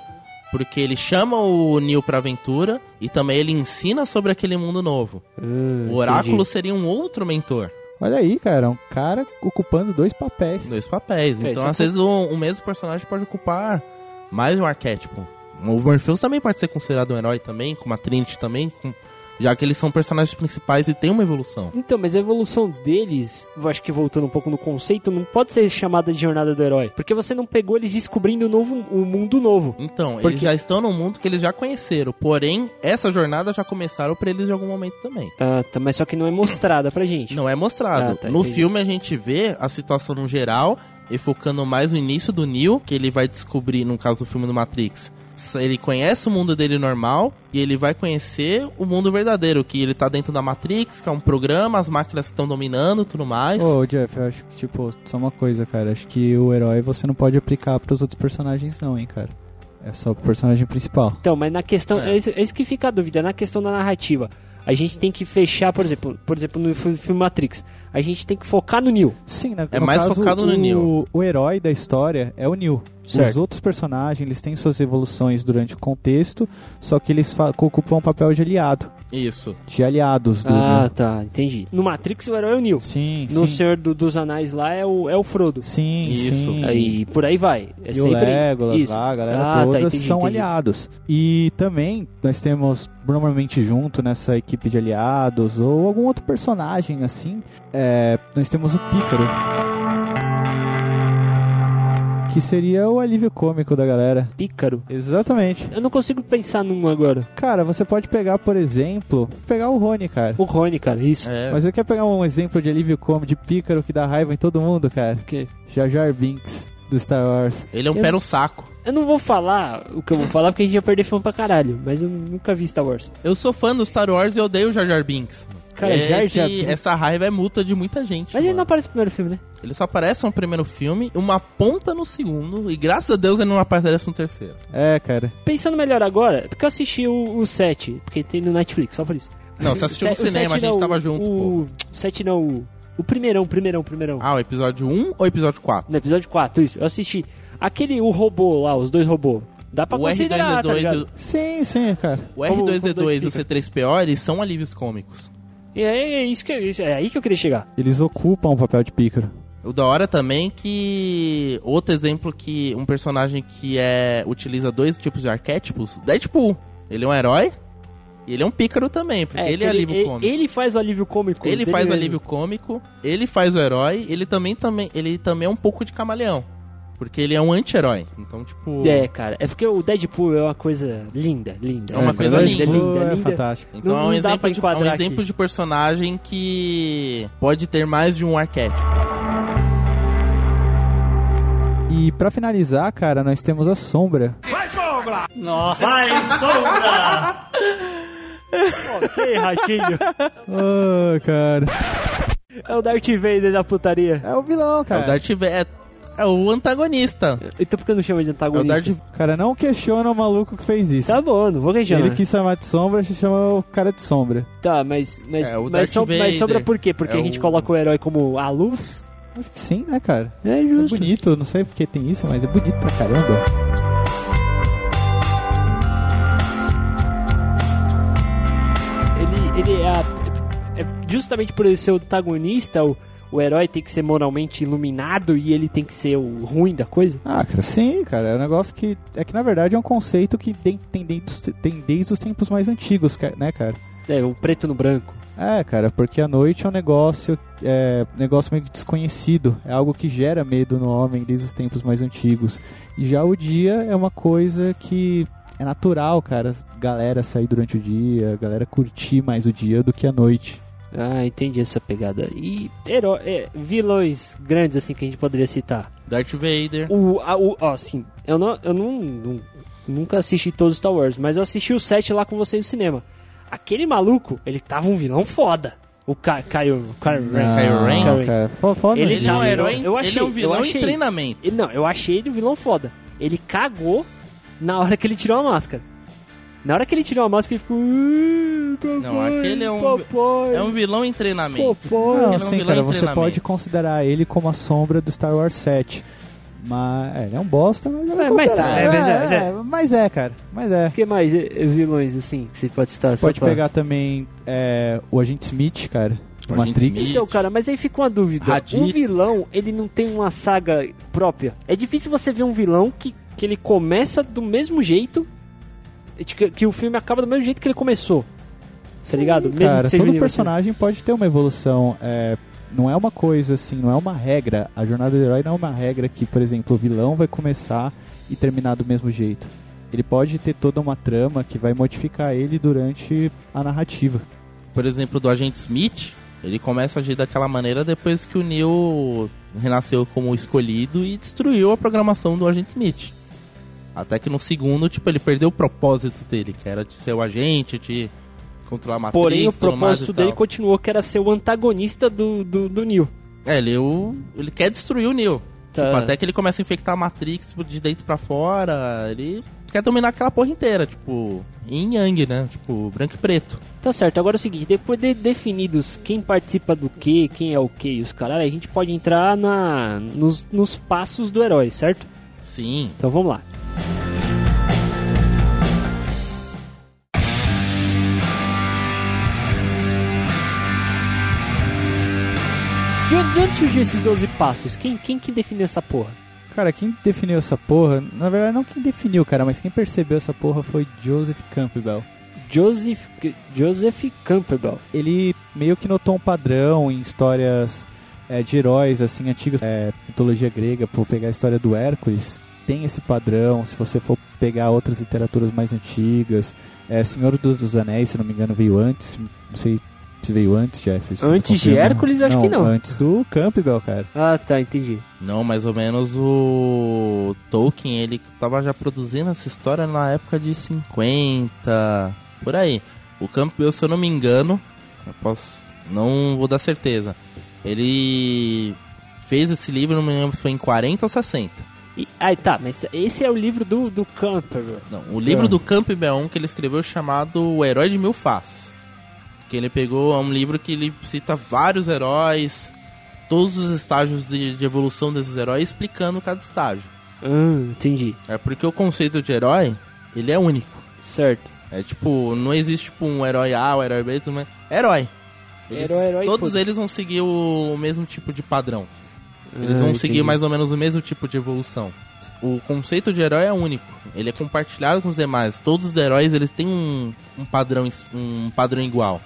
Speaker 4: Porque ele chama o Neo pra aventura e também ele ensina sobre aquele mundo novo.
Speaker 1: Ah,
Speaker 4: O Oráculo
Speaker 1: entendi.
Speaker 4: seria um outro mentor.
Speaker 3: Olha aí, cara, um cara ocupando dois papéis.
Speaker 4: Dois papéis.
Speaker 1: É,
Speaker 4: então,
Speaker 1: isso
Speaker 4: às
Speaker 1: é
Speaker 4: vezes, o, o mesmo personagem pode ocupar mais de um arquétipo. O Morpheus também pode ser considerado um herói também, com uma Trinity também, com- já que eles são personagens principais e tem uma evolução.
Speaker 1: Então, mas a evolução deles, eu acho que voltando um pouco no conceito, não pode ser chamada de jornada do herói. Porque você não pegou eles descobrindo o novo, um mundo novo.
Speaker 4: Então,
Speaker 1: Porque-
Speaker 4: eles já estão num mundo que eles já conheceram, porém, essa jornada já começaram pra eles em algum momento também.
Speaker 1: Ah, tá, mas só que não é mostrada pra gente.
Speaker 4: Não é mostrado.
Speaker 1: Ah, tá,
Speaker 4: no
Speaker 1: entendi.
Speaker 4: filme a gente vê a situação no geral e focando mais no início do Neo, que ele vai descobrir, no caso do filme do Matrix. S- Ele conhece o mundo dele normal e ele vai conhecer o mundo verdadeiro, que ele tá dentro da Matrix, que é um programa, as máquinas estão dominando tudo mais.
Speaker 3: Ô, Jeff, eu acho que, tipo, só uma coisa, cara. Acho que o herói você não pode aplicar pros outros personagens, não, hein, cara. É só pro personagem principal.
Speaker 1: Então, mas na questão.
Speaker 4: É.
Speaker 1: É. isso, é isso que fica a dúvida, na questão da narrativa. A gente tem que fechar, por exemplo, por exemplo, no fi- filme Matrix. A gente tem que focar no Neo.
Speaker 3: Sim, na,
Speaker 4: É
Speaker 3: no
Speaker 4: mais
Speaker 3: caso,
Speaker 4: focado no
Speaker 3: o,
Speaker 4: Neo.
Speaker 3: O herói da história é o Neo.
Speaker 1: Certo.
Speaker 3: Os outros personagens, eles têm suas evoluções durante o contexto, só que eles fa- ocupam um papel de aliado,
Speaker 4: Isso.
Speaker 3: de aliados do...
Speaker 1: Ah, tá, entendi. No Matrix o herói é o Neo.
Speaker 3: Uhum. Sim,
Speaker 1: No
Speaker 3: sim.
Speaker 1: Senhor do- dos Anéis lá é o, é o Frodo.
Speaker 3: Sim,
Speaker 4: Isso.
Speaker 3: sim.
Speaker 1: E por aí vai. É
Speaker 3: e o
Speaker 1: sempre
Speaker 3: Legolas
Speaker 1: isso.
Speaker 3: lá, a galera
Speaker 1: Ah, tá,
Speaker 3: toda
Speaker 1: entendi,
Speaker 3: são
Speaker 1: entendi.
Speaker 3: aliados. E também nós temos normalmente junto nessa equipe de aliados ou algum outro personagem assim, é, nós temos o Pícaro. Que seria o alívio cômico da galera.
Speaker 1: Pícaro.
Speaker 3: Exatamente.
Speaker 1: Eu não consigo pensar num agora.
Speaker 3: Cara, você pode pegar, por exemplo, pegar o Rony, cara.
Speaker 1: O Rony, cara, isso.
Speaker 4: É.
Speaker 3: Mas eu quero pegar um exemplo de alívio cômico, de pícaro que dá raiva em todo mundo, cara.
Speaker 1: Porque
Speaker 3: Jar Jar Binks, do Star Wars.
Speaker 4: Ele é um
Speaker 1: Eu-
Speaker 4: pé no saco.
Speaker 1: eu não vou falar o que eu vou falar porque a gente ia perder fã pra caralho. Mas eu nunca vi Star Wars.
Speaker 4: Eu sou fã do Star Wars e odeio o Jar Jar Binks.
Speaker 1: Cara,
Speaker 4: Esse-
Speaker 1: Jar Jar Binks-
Speaker 4: Essa raiva é multa de muita gente.
Speaker 1: Mas ele não
Speaker 4: mano.
Speaker 1: aparece no primeiro filme, né?
Speaker 4: Ele só aparece no primeiro filme, uma ponta no segundo, e graças a Deus ele não aparece no terceiro.
Speaker 3: É, cara.
Speaker 1: Pensando melhor agora, porque eu assisti o, o 7, porque tem no Netflix, só por isso.
Speaker 4: Não, você assistiu
Speaker 1: O
Speaker 4: no
Speaker 1: se- o
Speaker 4: cinema, a
Speaker 1: sete
Speaker 4: gente
Speaker 1: não,
Speaker 4: tava junto, pô.
Speaker 1: O 7 não, o, o primeirão, primeirão, primeirão.
Speaker 4: Ah, o episódio 1 ou o episódio 4?
Speaker 1: No episódio 4, isso. Eu assisti aquele, o robô lá, os dois robôs. Dá pra
Speaker 4: O
Speaker 1: considerar, tá ligado?
Speaker 4: R2D2
Speaker 3: Sim, sim, cara.
Speaker 4: o
Speaker 1: Como- como
Speaker 4: R2D2 e o
Speaker 1: explica?
Speaker 4: C3PO, eles são alívios cômicos.
Speaker 1: E é, é isso que, eu- isso- é aí que eu queria chegar.
Speaker 3: Eles ocupam o papel de pícaro.
Speaker 4: O da hora também que. Outro exemplo que um personagem que é. utiliza dois tipos de arquétipos, Deadpool. Ele é um herói e ele é um pícaro também, porque
Speaker 1: que
Speaker 4: ele é alívio
Speaker 1: ele,
Speaker 4: cômico.
Speaker 1: Ele faz o alívio cômico.
Speaker 4: Ele
Speaker 1: dele
Speaker 4: faz o
Speaker 1: mesmo.
Speaker 4: alívio cômico, ele faz o herói, ele também, também, ele também é um pouco de camaleão. Porque ele é um anti-herói. Então, tipo.
Speaker 1: É, cara. É porque o Deadpool é uma coisa linda, linda.
Speaker 4: É uma
Speaker 1: cara,
Speaker 4: coisa
Speaker 1: o
Speaker 4: linda,
Speaker 1: Deadpool
Speaker 3: é
Speaker 1: É linda.
Speaker 3: fantástico.
Speaker 4: Então
Speaker 1: Não-
Speaker 4: é um,
Speaker 1: não dá pra
Speaker 4: exemplo de, é um
Speaker 1: enquadrar
Speaker 4: exemplo
Speaker 1: aqui.
Speaker 4: de personagem que pode ter mais de um arquétipo.
Speaker 3: E pra finalizar, cara, nós temos a Sombra.
Speaker 8: Nossa.
Speaker 6: Vai, sombra!
Speaker 1: Ok, ratinho.
Speaker 3: Ah, cara.
Speaker 1: É o Darth Vader da putaria.
Speaker 3: É o vilão,
Speaker 4: É,
Speaker 3: cara.
Speaker 4: o Darth Vader. É, é o antagonista.
Speaker 1: Então por que eu não chamo ele de
Speaker 4: É o
Speaker 1: antagonista?
Speaker 4: Darth
Speaker 3: Cara, não questiona o maluco que fez isso.
Speaker 1: Tá bom, não vou questionar.
Speaker 3: Ele quis chamar de Sombra, se chama o cara de Sombra.
Speaker 1: Tá, mas, mas,
Speaker 4: É, o
Speaker 1: mas,
Speaker 4: Darth
Speaker 1: som- mas
Speaker 4: Vader.
Speaker 1: sombra por quê? Porque
Speaker 4: É
Speaker 1: a gente
Speaker 4: o-
Speaker 1: coloca o herói como a luz?
Speaker 3: Acho que sim, né, cara?
Speaker 1: É
Speaker 3: É
Speaker 1: justo.
Speaker 3: bonito, não sei porque tem isso, mas é bonito pra caramba.
Speaker 1: Ele, ele é, a- é justamente por ele ser o antagonista, o, o herói tem que ser moralmente iluminado e ele tem que ser o ruim da coisa.
Speaker 3: Ah, cara, sim, cara. É um negócio que. É que na verdade é um conceito que tem, tem, desde, tem desde os tempos mais antigos, ca- né, cara?
Speaker 1: É, o preto no branco.
Speaker 3: É, cara, porque a noite é um negócio, é, negócio meio que desconhecido. É algo que gera medo no homem desde os tempos mais antigos. E já o dia é uma coisa que é natural, cara. Galera sair durante o dia, galera curtir mais o dia do que a noite.
Speaker 1: Ah, entendi essa pegada. E heró é, vilões grandes, assim, que a gente poderia citar.
Speaker 4: Darth Vader.
Speaker 1: O, a- o, ó, assim, eu, não, eu não, não- nunca assisti todos os Star Wars, mas eu assisti o 7 lá com vocês no cinema. Aquele maluco, ele tava um vilão foda. O Ca- Caio... Caio Ren.
Speaker 4: Kylo Ren?
Speaker 1: Kylo Ren.
Speaker 3: Ah, cara. Fo- Foda
Speaker 1: Ele
Speaker 4: Ele,
Speaker 3: mesmo.
Speaker 4: é um
Speaker 1: já-
Speaker 4: herói.
Speaker 1: eu achei,
Speaker 4: ele é um vilão
Speaker 1: eu
Speaker 4: em
Speaker 1: achei.
Speaker 4: treinamento.
Speaker 1: Ele- não, eu achei ele um vilão foda. Ele cagou na hora que ele tirou a máscara. Na hora que ele tirou a máscara, ele ficou. "Ih, Papai,
Speaker 4: Não, aquele é um-
Speaker 1: Papai,
Speaker 4: É um vilão em treinamento.
Speaker 1: papai."
Speaker 3: Não,
Speaker 4: Ele é um
Speaker 3: sim,
Speaker 4: vilão
Speaker 3: cara,
Speaker 4: em
Speaker 3: você
Speaker 4: treinamento.
Speaker 3: pode considerar ele como a sombra do Star Wars 7. Mas é, ele é um bosta, mas
Speaker 1: É,
Speaker 3: é,
Speaker 1: mas
Speaker 3: mas,
Speaker 1: tá, é, mas é, mas é.
Speaker 3: mas é, cara. Mas é.
Speaker 1: O que mais eh, eh, vilões assim que você pode citar? só
Speaker 3: Pode
Speaker 1: pra-
Speaker 3: pegar também é, o Agente Smith, cara.
Speaker 4: O
Speaker 3: O
Speaker 4: Agente
Speaker 3: Matrix.
Speaker 4: Smith.
Speaker 1: Então, cara, mas aí fica uma dúvida.
Speaker 4: Raditz.
Speaker 1: Um vilão, ele não tem uma saga própria. É difícil você ver um vilão que, que ele começa do mesmo jeito. Que, que o filme acaba do mesmo jeito que ele começou. Tá ligado? Mesmo
Speaker 3: cara,
Speaker 1: que seja
Speaker 3: todo
Speaker 1: um
Speaker 3: personagem pode ter uma evolução. é, não é uma coisa assim, não é uma regra. A jornada do herói não é uma regra que, por exemplo, o vilão vai começar e terminar do mesmo jeito. Ele pode ter toda uma trama que vai modificar ele durante a narrativa.
Speaker 4: Por exemplo, do Agente Smith. Ele começa a agir daquela maneira depois que o Neo renasceu como escolhido e destruiu a programação do Agente Smith. Até que no segundo, tipo, ele perdeu o propósito dele, que era de ser o agente, de controlar a matriz,
Speaker 1: Porém, o
Speaker 4: tudo mais e
Speaker 1: propósito dele
Speaker 4: tal.
Speaker 1: continuou que era ser o antagonista do, do, do Neo.
Speaker 4: É, ele, o- ele quer destruir o Neo.
Speaker 1: Tá.
Speaker 4: Tipo, até que ele começa a infectar a Matrix tipo, de dentro pra fora. Ele quer dominar aquela porra inteira, tipo, yin yang, né? Tipo, branco e preto.
Speaker 1: Tá certo, agora é o seguinte, depois de definidos quem participa do que, quem é o que e os caras, a gente pode entrar na, nos, nos passos do herói, certo?
Speaker 4: Sim.
Speaker 1: Então vamos lá. De onde, de onde surgiu esses 12 passos? Quem, quem que definiu essa porra?
Speaker 3: Cara, quem definiu essa porra, na verdade não quem definiu, cara, mas quem percebeu essa porra foi Joseph Campbell.
Speaker 1: Joseph, Joseph Campbell.
Speaker 3: Ele meio que notou um padrão em histórias é, de heróis, assim, antigas, é, mitologia grega, por pegar a história do Hércules, tem esse padrão, se você for pegar outras literaturas mais antigas, é, Senhor dos Anéis, se não me engano, veio antes, não sei se veio antes, Jeff. se
Speaker 1: Antes
Speaker 3: tá
Speaker 1: de
Speaker 3: confirma.
Speaker 1: Hércules, eu acho que não.
Speaker 3: Antes do Campbell, cara.
Speaker 1: Ah, tá, entendi.
Speaker 4: Não, mais ou menos o Tolkien, ele tava já produzindo essa história na época de 50, por aí. O Campbell, se eu não me engano, eu posso, não vou dar certeza. Ele fez esse livro, não me lembro se foi em 40 ou 60.
Speaker 1: E, ah, tá, mas esse é o livro do, do Campbell.
Speaker 4: Não, o livro
Speaker 3: É.
Speaker 4: do Campbell é um que ele escreveu chamado O Herói de Mil Faces. Que ele pegou, é um livro que ele cita vários heróis, todos os estágios de, de evolução desses heróis, explicando cada estágio.
Speaker 1: Ah, entendi.
Speaker 4: É porque o conceito de herói, ele é único.
Speaker 1: Certo.
Speaker 4: É tipo, não existe tipo um herói A, um herói B, tudo mais. Herói. Eles-
Speaker 1: Herói, herói,
Speaker 4: todos
Speaker 1: foda-se.
Speaker 4: eles vão seguir o, o mesmo tipo de padrão. Eles
Speaker 1: Ah,
Speaker 4: vão
Speaker 1: entendi.
Speaker 4: seguir mais ou menos o mesmo tipo de evolução. O conceito de herói é único. Ele é compartilhado com os demais. Todos os heróis eles têm um, um padrão is- um padrão igual.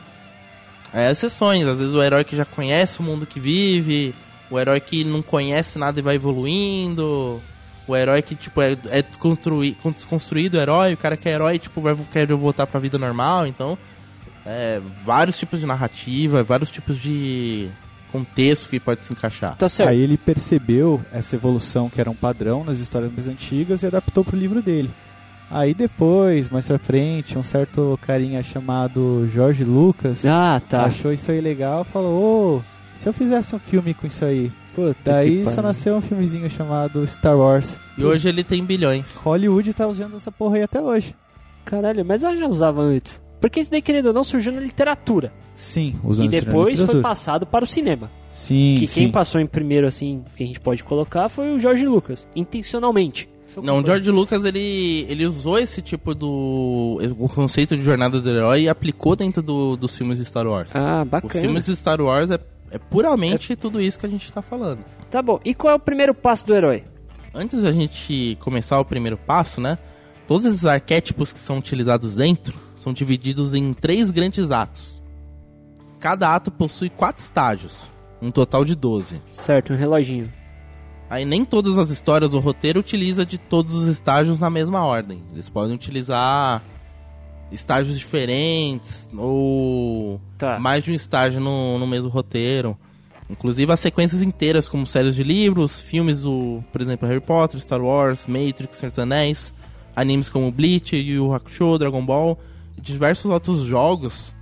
Speaker 4: É exceções. Às vezes o herói que já conhece o mundo que vive, o herói que não conhece nada e vai evoluindo, o herói que tipo é, é descontrui- desconstruído o herói, o cara que é herói tipo vai quer voltar pra vida normal. Então é, vários tipos de narrativa, vários tipos de contexto que pode se encaixar.
Speaker 1: Tá certo.
Speaker 3: Aí ele percebeu essa evolução que era um padrão nas histórias mais antigas e adaptou pro livro dele. Aí depois, mais pra frente, um certo carinha chamado Jorge Lucas
Speaker 1: Ah, tá.
Speaker 3: achou isso aí legal e falou: Ô, se eu fizesse um filme com isso aí?
Speaker 1: Puta
Speaker 3: Daí
Speaker 1: que
Speaker 3: só
Speaker 1: pariu.
Speaker 3: nasceu um filmezinho chamado Star Wars.
Speaker 4: E hoje ele tem bilhões.
Speaker 3: Hollywood tá usando essa porra aí até hoje.
Speaker 1: Caralho, mas ela já usava antes. Porque isso daí, querendo ou não, surgiu na literatura.
Speaker 3: Sim, usando
Speaker 1: e
Speaker 3: esse
Speaker 1: depois
Speaker 3: jornal de
Speaker 1: foi
Speaker 3: literatura.
Speaker 1: passado para o cinema.
Speaker 3: Sim,
Speaker 1: que
Speaker 3: sim.
Speaker 1: quem passou em primeiro, assim, que a gente pode colocar, foi o Jorge Lucas. Intencionalmente.
Speaker 4: Não, o George Lucas ele, ele usou esse tipo do. o conceito de jornada do herói e aplicou dentro do- dos filmes de Star Wars.
Speaker 1: Ah,
Speaker 4: Os
Speaker 1: bacana.
Speaker 4: filmes de Star Wars é, é puramente tudo isso que a gente tá falando.
Speaker 1: Tá bom. E qual é o primeiro passo do herói?
Speaker 4: Antes da gente começar o primeiro passo, né? Todos esses arquétipos que são utilizados dentro são divididos em três grandes atos. Cada ato possui quatro estágios, um total de 12.
Speaker 1: Certo, um reloginho.
Speaker 4: Aí nem todas as histórias o roteiro utiliza de todos os estágios na mesma ordem. Eles podem utilizar estágios diferentes ou
Speaker 1: Tá.
Speaker 4: mais de um estágio no, no mesmo roteiro. Inclusive as sequências inteiras, como séries de livros, filmes do, por exemplo, Harry Potter, Star Wars, Matrix, Senhor dos Anéis, animes como Bleach, Yu Yu Hakusho, Dragon Ball e diversos outros jogos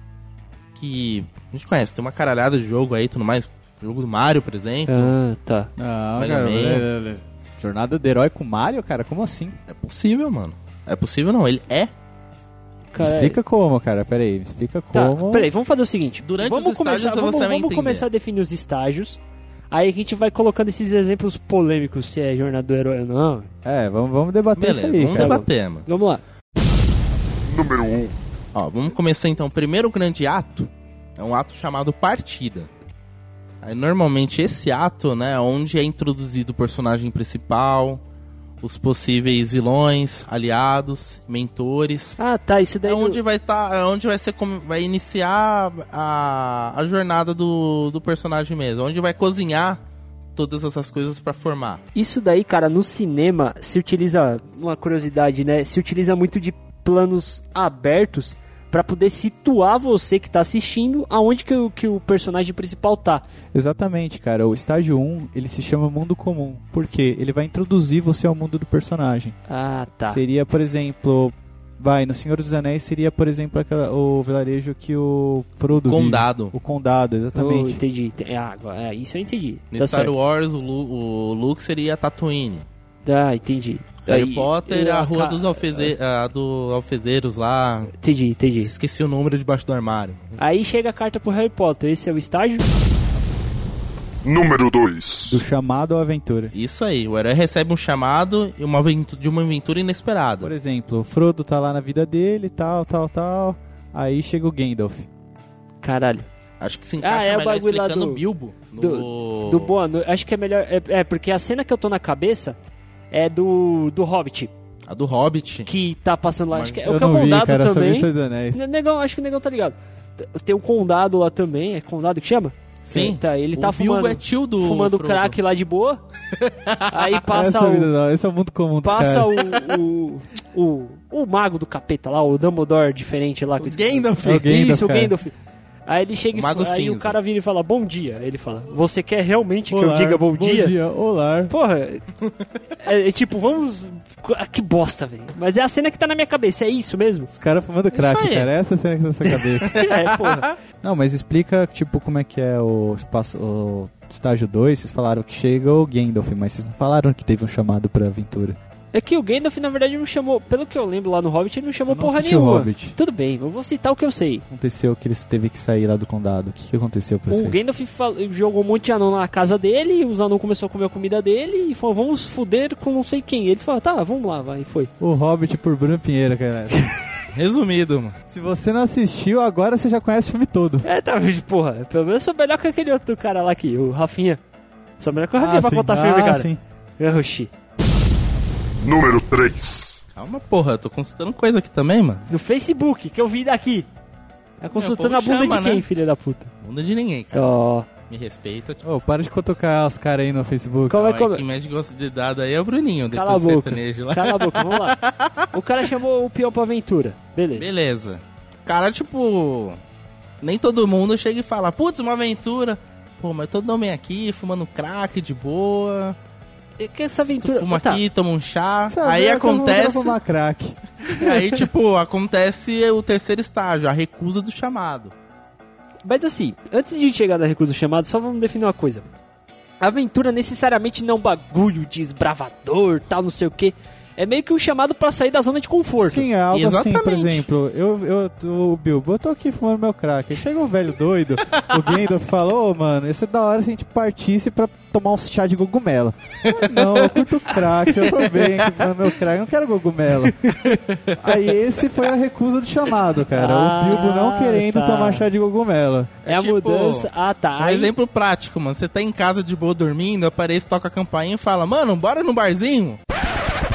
Speaker 4: que a gente conhece. Tem uma caralhada de jogo aí, tudo mais. Jogo do Mario, por exemplo.
Speaker 1: Ah, tá.
Speaker 3: Não,
Speaker 4: Olha
Speaker 3: cara,
Speaker 4: bem.
Speaker 3: olha, olha, olha. Jornada do herói com Mario, cara? Como assim?
Speaker 4: É possível, mano. É possível não, ele é.
Speaker 3: Me
Speaker 1: Cara, é-
Speaker 3: explica como, cara. Pera aí, me explica
Speaker 1: Tá,
Speaker 3: como.
Speaker 1: peraí, vamos fazer o seguinte.
Speaker 4: Durante
Speaker 1: vamos
Speaker 4: os estágios
Speaker 1: começar,
Speaker 4: você
Speaker 1: vamos,
Speaker 4: vai
Speaker 1: vamos
Speaker 4: entender.
Speaker 1: começar a definir os estágios. Aí a gente vai colocando esses exemplos polêmicos, se é jornada do herói ou não.
Speaker 3: É, vamos, vamos debater
Speaker 4: Beleza,
Speaker 3: isso aí,
Speaker 4: vamos
Speaker 3: cara.
Speaker 4: debater, mano.
Speaker 1: Vamos lá.
Speaker 4: Ó, vamos começar então. O primeiro grande ato é um ato chamado partida. Aí, normalmente esse ato, né, é onde é introduzido o personagem principal, os possíveis vilões, aliados, mentores.
Speaker 1: Ah, tá, isso daí...
Speaker 4: É
Speaker 1: do-
Speaker 4: onde vai estar, é onde vai ser, como- vai iniciar a, a jornada do, do personagem mesmo, onde vai cozinhar todas essas coisas pra formar.
Speaker 1: Isso daí, cara, no cinema se utiliza, uma curiosidade, né? Se utiliza muito de planos abertos pra poder situar você que tá assistindo aonde que o, que o personagem principal tá.
Speaker 3: Exatamente, cara. O estágio 1, ele se chama mundo comum. Por quê? Ele vai introduzir você ao mundo do personagem.
Speaker 1: Ah, tá.
Speaker 3: Seria, por exemplo... Vai, no Senhor dos Anéis seria, por exemplo, aquela- o vilarejo que o Frodo vive.
Speaker 4: Condado.
Speaker 3: O Condado,
Speaker 1: Oh,
Speaker 3: exatamente.
Speaker 1: entendi. Ente- Ah, agora- é, isso eu entendi.
Speaker 4: No
Speaker 1: tá
Speaker 4: Star
Speaker 1: certo.
Speaker 4: Wars, o, Lu, o Luke seria Tatooine.
Speaker 1: Ah, entendi.
Speaker 4: Harry
Speaker 1: Aí-
Speaker 4: Potter, a
Speaker 1: Ah,
Speaker 4: rua
Speaker 1: ca-
Speaker 4: dos alfeze a do alfezeiros lá.
Speaker 1: Entendi, entendi.
Speaker 4: Esqueci o número debaixo do armário.
Speaker 1: Aí chega a carta pro Harry Potter, esse é o estágio?
Speaker 9: Número 2.
Speaker 3: Do chamado à aventura.
Speaker 4: Isso aí, o herói recebe um chamado e uma aventu- de uma aventura inesperada.
Speaker 3: Por exemplo, o Frodo tá lá na vida dele, tal, tal, tal. Aí chega o Gandalf.
Speaker 1: É, Caralho.
Speaker 4: Acho que se encaixa
Speaker 1: Ah, é o
Speaker 4: melhor
Speaker 1: bagulho lá
Speaker 4: explicando
Speaker 1: do-
Speaker 4: o Bilbo. no-
Speaker 1: Do Boa Noite. Acho que é melhor. É, é, porque a cena que eu tô na cabeça é do, do Hobbit,
Speaker 4: A do Hobbit.
Speaker 1: que tá passando lá. Acho que é
Speaker 3: eu
Speaker 1: o
Speaker 3: não vi,
Speaker 1: Condado
Speaker 3: cara, eu só vi
Speaker 1: também.
Speaker 3: Senhor dos Anéis.
Speaker 1: Negão, acho que o negão tá ligado. T- Tem o Condado lá também. É Condado que chama?
Speaker 4: Sim.
Speaker 1: Tá, ele
Speaker 4: o
Speaker 1: tá
Speaker 4: Bilbo
Speaker 1: fumando.
Speaker 4: é tio do
Speaker 1: fumando
Speaker 4: Frodo.
Speaker 1: crack lá de
Speaker 4: *laughs*
Speaker 1: boa. Aí passa
Speaker 3: Essa
Speaker 1: o.
Speaker 3: vida não, esse é o mundo comum dos
Speaker 1: Passa
Speaker 3: caras.
Speaker 1: o, o, o, o mago do capeta lá, o Dumbledore diferente lá. que eu
Speaker 4: O
Speaker 1: esqueci.
Speaker 4: Gandalf.
Speaker 3: É o Gandalf,
Speaker 1: Isso, o
Speaker 3: cara.
Speaker 1: Gandalf. Aí ele chega
Speaker 4: O
Speaker 1: e
Speaker 4: Mago
Speaker 1: fa- aí
Speaker 4: Cinza.
Speaker 1: o cara vira e fala, bom dia. Ele fala, você quer realmente que
Speaker 3: Olá,
Speaker 1: eu diga bom, dia?
Speaker 3: olá.
Speaker 1: Porra, é, é tipo, vamos... ah, Que bosta, velho. Mas é a cena que tá na minha cabeça, é isso mesmo? *laughs*
Speaker 3: Os caras fumando crack,
Speaker 4: aí.
Speaker 3: cara. Essa é a cena que tá na sua cabeça.
Speaker 1: É, porra.
Speaker 3: não, mas explica, tipo, como é que é o espaço... O estágio 2, vocês falaram que chega o Gandalf, mas vocês não falaram que teve um chamado pra aventura.
Speaker 1: É que o Gandalf, na verdade, não chamou... Pelo que eu lembro lá no Hobbit, ele não chamou
Speaker 3: Eu não
Speaker 1: porra
Speaker 3: assisti o
Speaker 1: nenhuma.
Speaker 3: Hobbit.
Speaker 1: Tudo bem, eu vou citar o que eu sei.
Speaker 3: O que aconteceu que eles teve que sair lá do condado? O que, que aconteceu pra
Speaker 1: O
Speaker 3: vocês?
Speaker 1: Gandalf fal- jogou um monte de anão na casa dele, os anão começou a comer a comida dele e falou, vamos foder com não sei quem. Ele falou, tá, vamos lá, vai, e foi.
Speaker 3: O Hobbit por Bruno Pinheiro, cara.
Speaker 4: Resumido, mano.
Speaker 3: *laughs* Se você não assistiu, agora você já conhece o filme todo.
Speaker 1: É, tá, mas, porra, pelo menos eu sou melhor que aquele outro cara lá aqui, o Rafinha. Sou melhor que o Rafinha é
Speaker 4: Ah,
Speaker 1: pra contar filme, cara.
Speaker 3: Ah, sim.
Speaker 1: É, Oxi.
Speaker 9: Número 3.
Speaker 4: Calma, porra, eu tô consultando coisa aqui também, mano.
Speaker 1: No Facebook, que eu vi daqui. Tá consultando
Speaker 4: É,
Speaker 1: a
Speaker 4: o povo
Speaker 1: bunda de
Speaker 4: chama,
Speaker 1: quem,
Speaker 4: né?
Speaker 1: filha da puta?
Speaker 4: Bunda de ninguém, cara.
Speaker 1: Ó,
Speaker 4: Me respeita. Tipo,
Speaker 3: Ô, para de cutucar os caras aí no Facebook.
Speaker 1: como é
Speaker 4: Não, é
Speaker 1: como...
Speaker 4: quem mais gosta de dado aí é o Bruninho, depois
Speaker 1: Cala a
Speaker 4: do
Speaker 1: boca.
Speaker 4: sertanejo lá.
Speaker 1: Cala a boca, vamos lá. O cara chamou o peão pra aventura. Beleza.
Speaker 4: Beleza. Cara, tipo. Nem todo mundo chega e fala, putz, uma aventura. Pô, mas todo homem aqui, fumando crack de boa.
Speaker 1: E que essa
Speaker 4: Tu
Speaker 1: aventura...
Speaker 4: fuma
Speaker 1: tá.
Speaker 4: aqui, toma um chá.
Speaker 3: Sabe,
Speaker 1: é
Speaker 4: aí
Speaker 3: eu tô
Speaker 4: acontece.
Speaker 3: voltando a fumar crack.
Speaker 4: *laughs* Aí, tipo, acontece o terceiro estágio, a recusa do chamado.
Speaker 1: Mas assim, antes de chegar na recusa do chamado, só vamos definir uma coisa. Aventura necessariamente não é um bagulho de esbravador, tal, não sei o quê. É meio que um chamado pra sair da zona de conforto.
Speaker 3: Sim, é algo assim, por
Speaker 4: Exatamente.
Speaker 3: exemplo. Eu, eu, o Bilbo, eu tô aqui fumando meu crack. Aí Chega um velho doido,
Speaker 1: *laughs*
Speaker 3: o Gandalf falou, ô mano, ia ser da hora se a gente partisse pra tomar um chá de cogumelo. Ah, não, eu curto crack, eu tô bem aqui fumando meu crack, eu não quero cogumelo. Aí esse foi a recusa do chamado, cara.
Speaker 1: Ah,
Speaker 3: o Bilbo não querendo
Speaker 1: tá.
Speaker 3: tomar chá de cogumelo.
Speaker 1: É, a
Speaker 4: tipo,
Speaker 1: mudança. Ah, tá.
Speaker 4: Um
Speaker 1: Aí-
Speaker 4: exemplo prático, mano. Você tá em casa de boa dormindo, aparece, toca a campainha e fala, mano, bora no barzinho?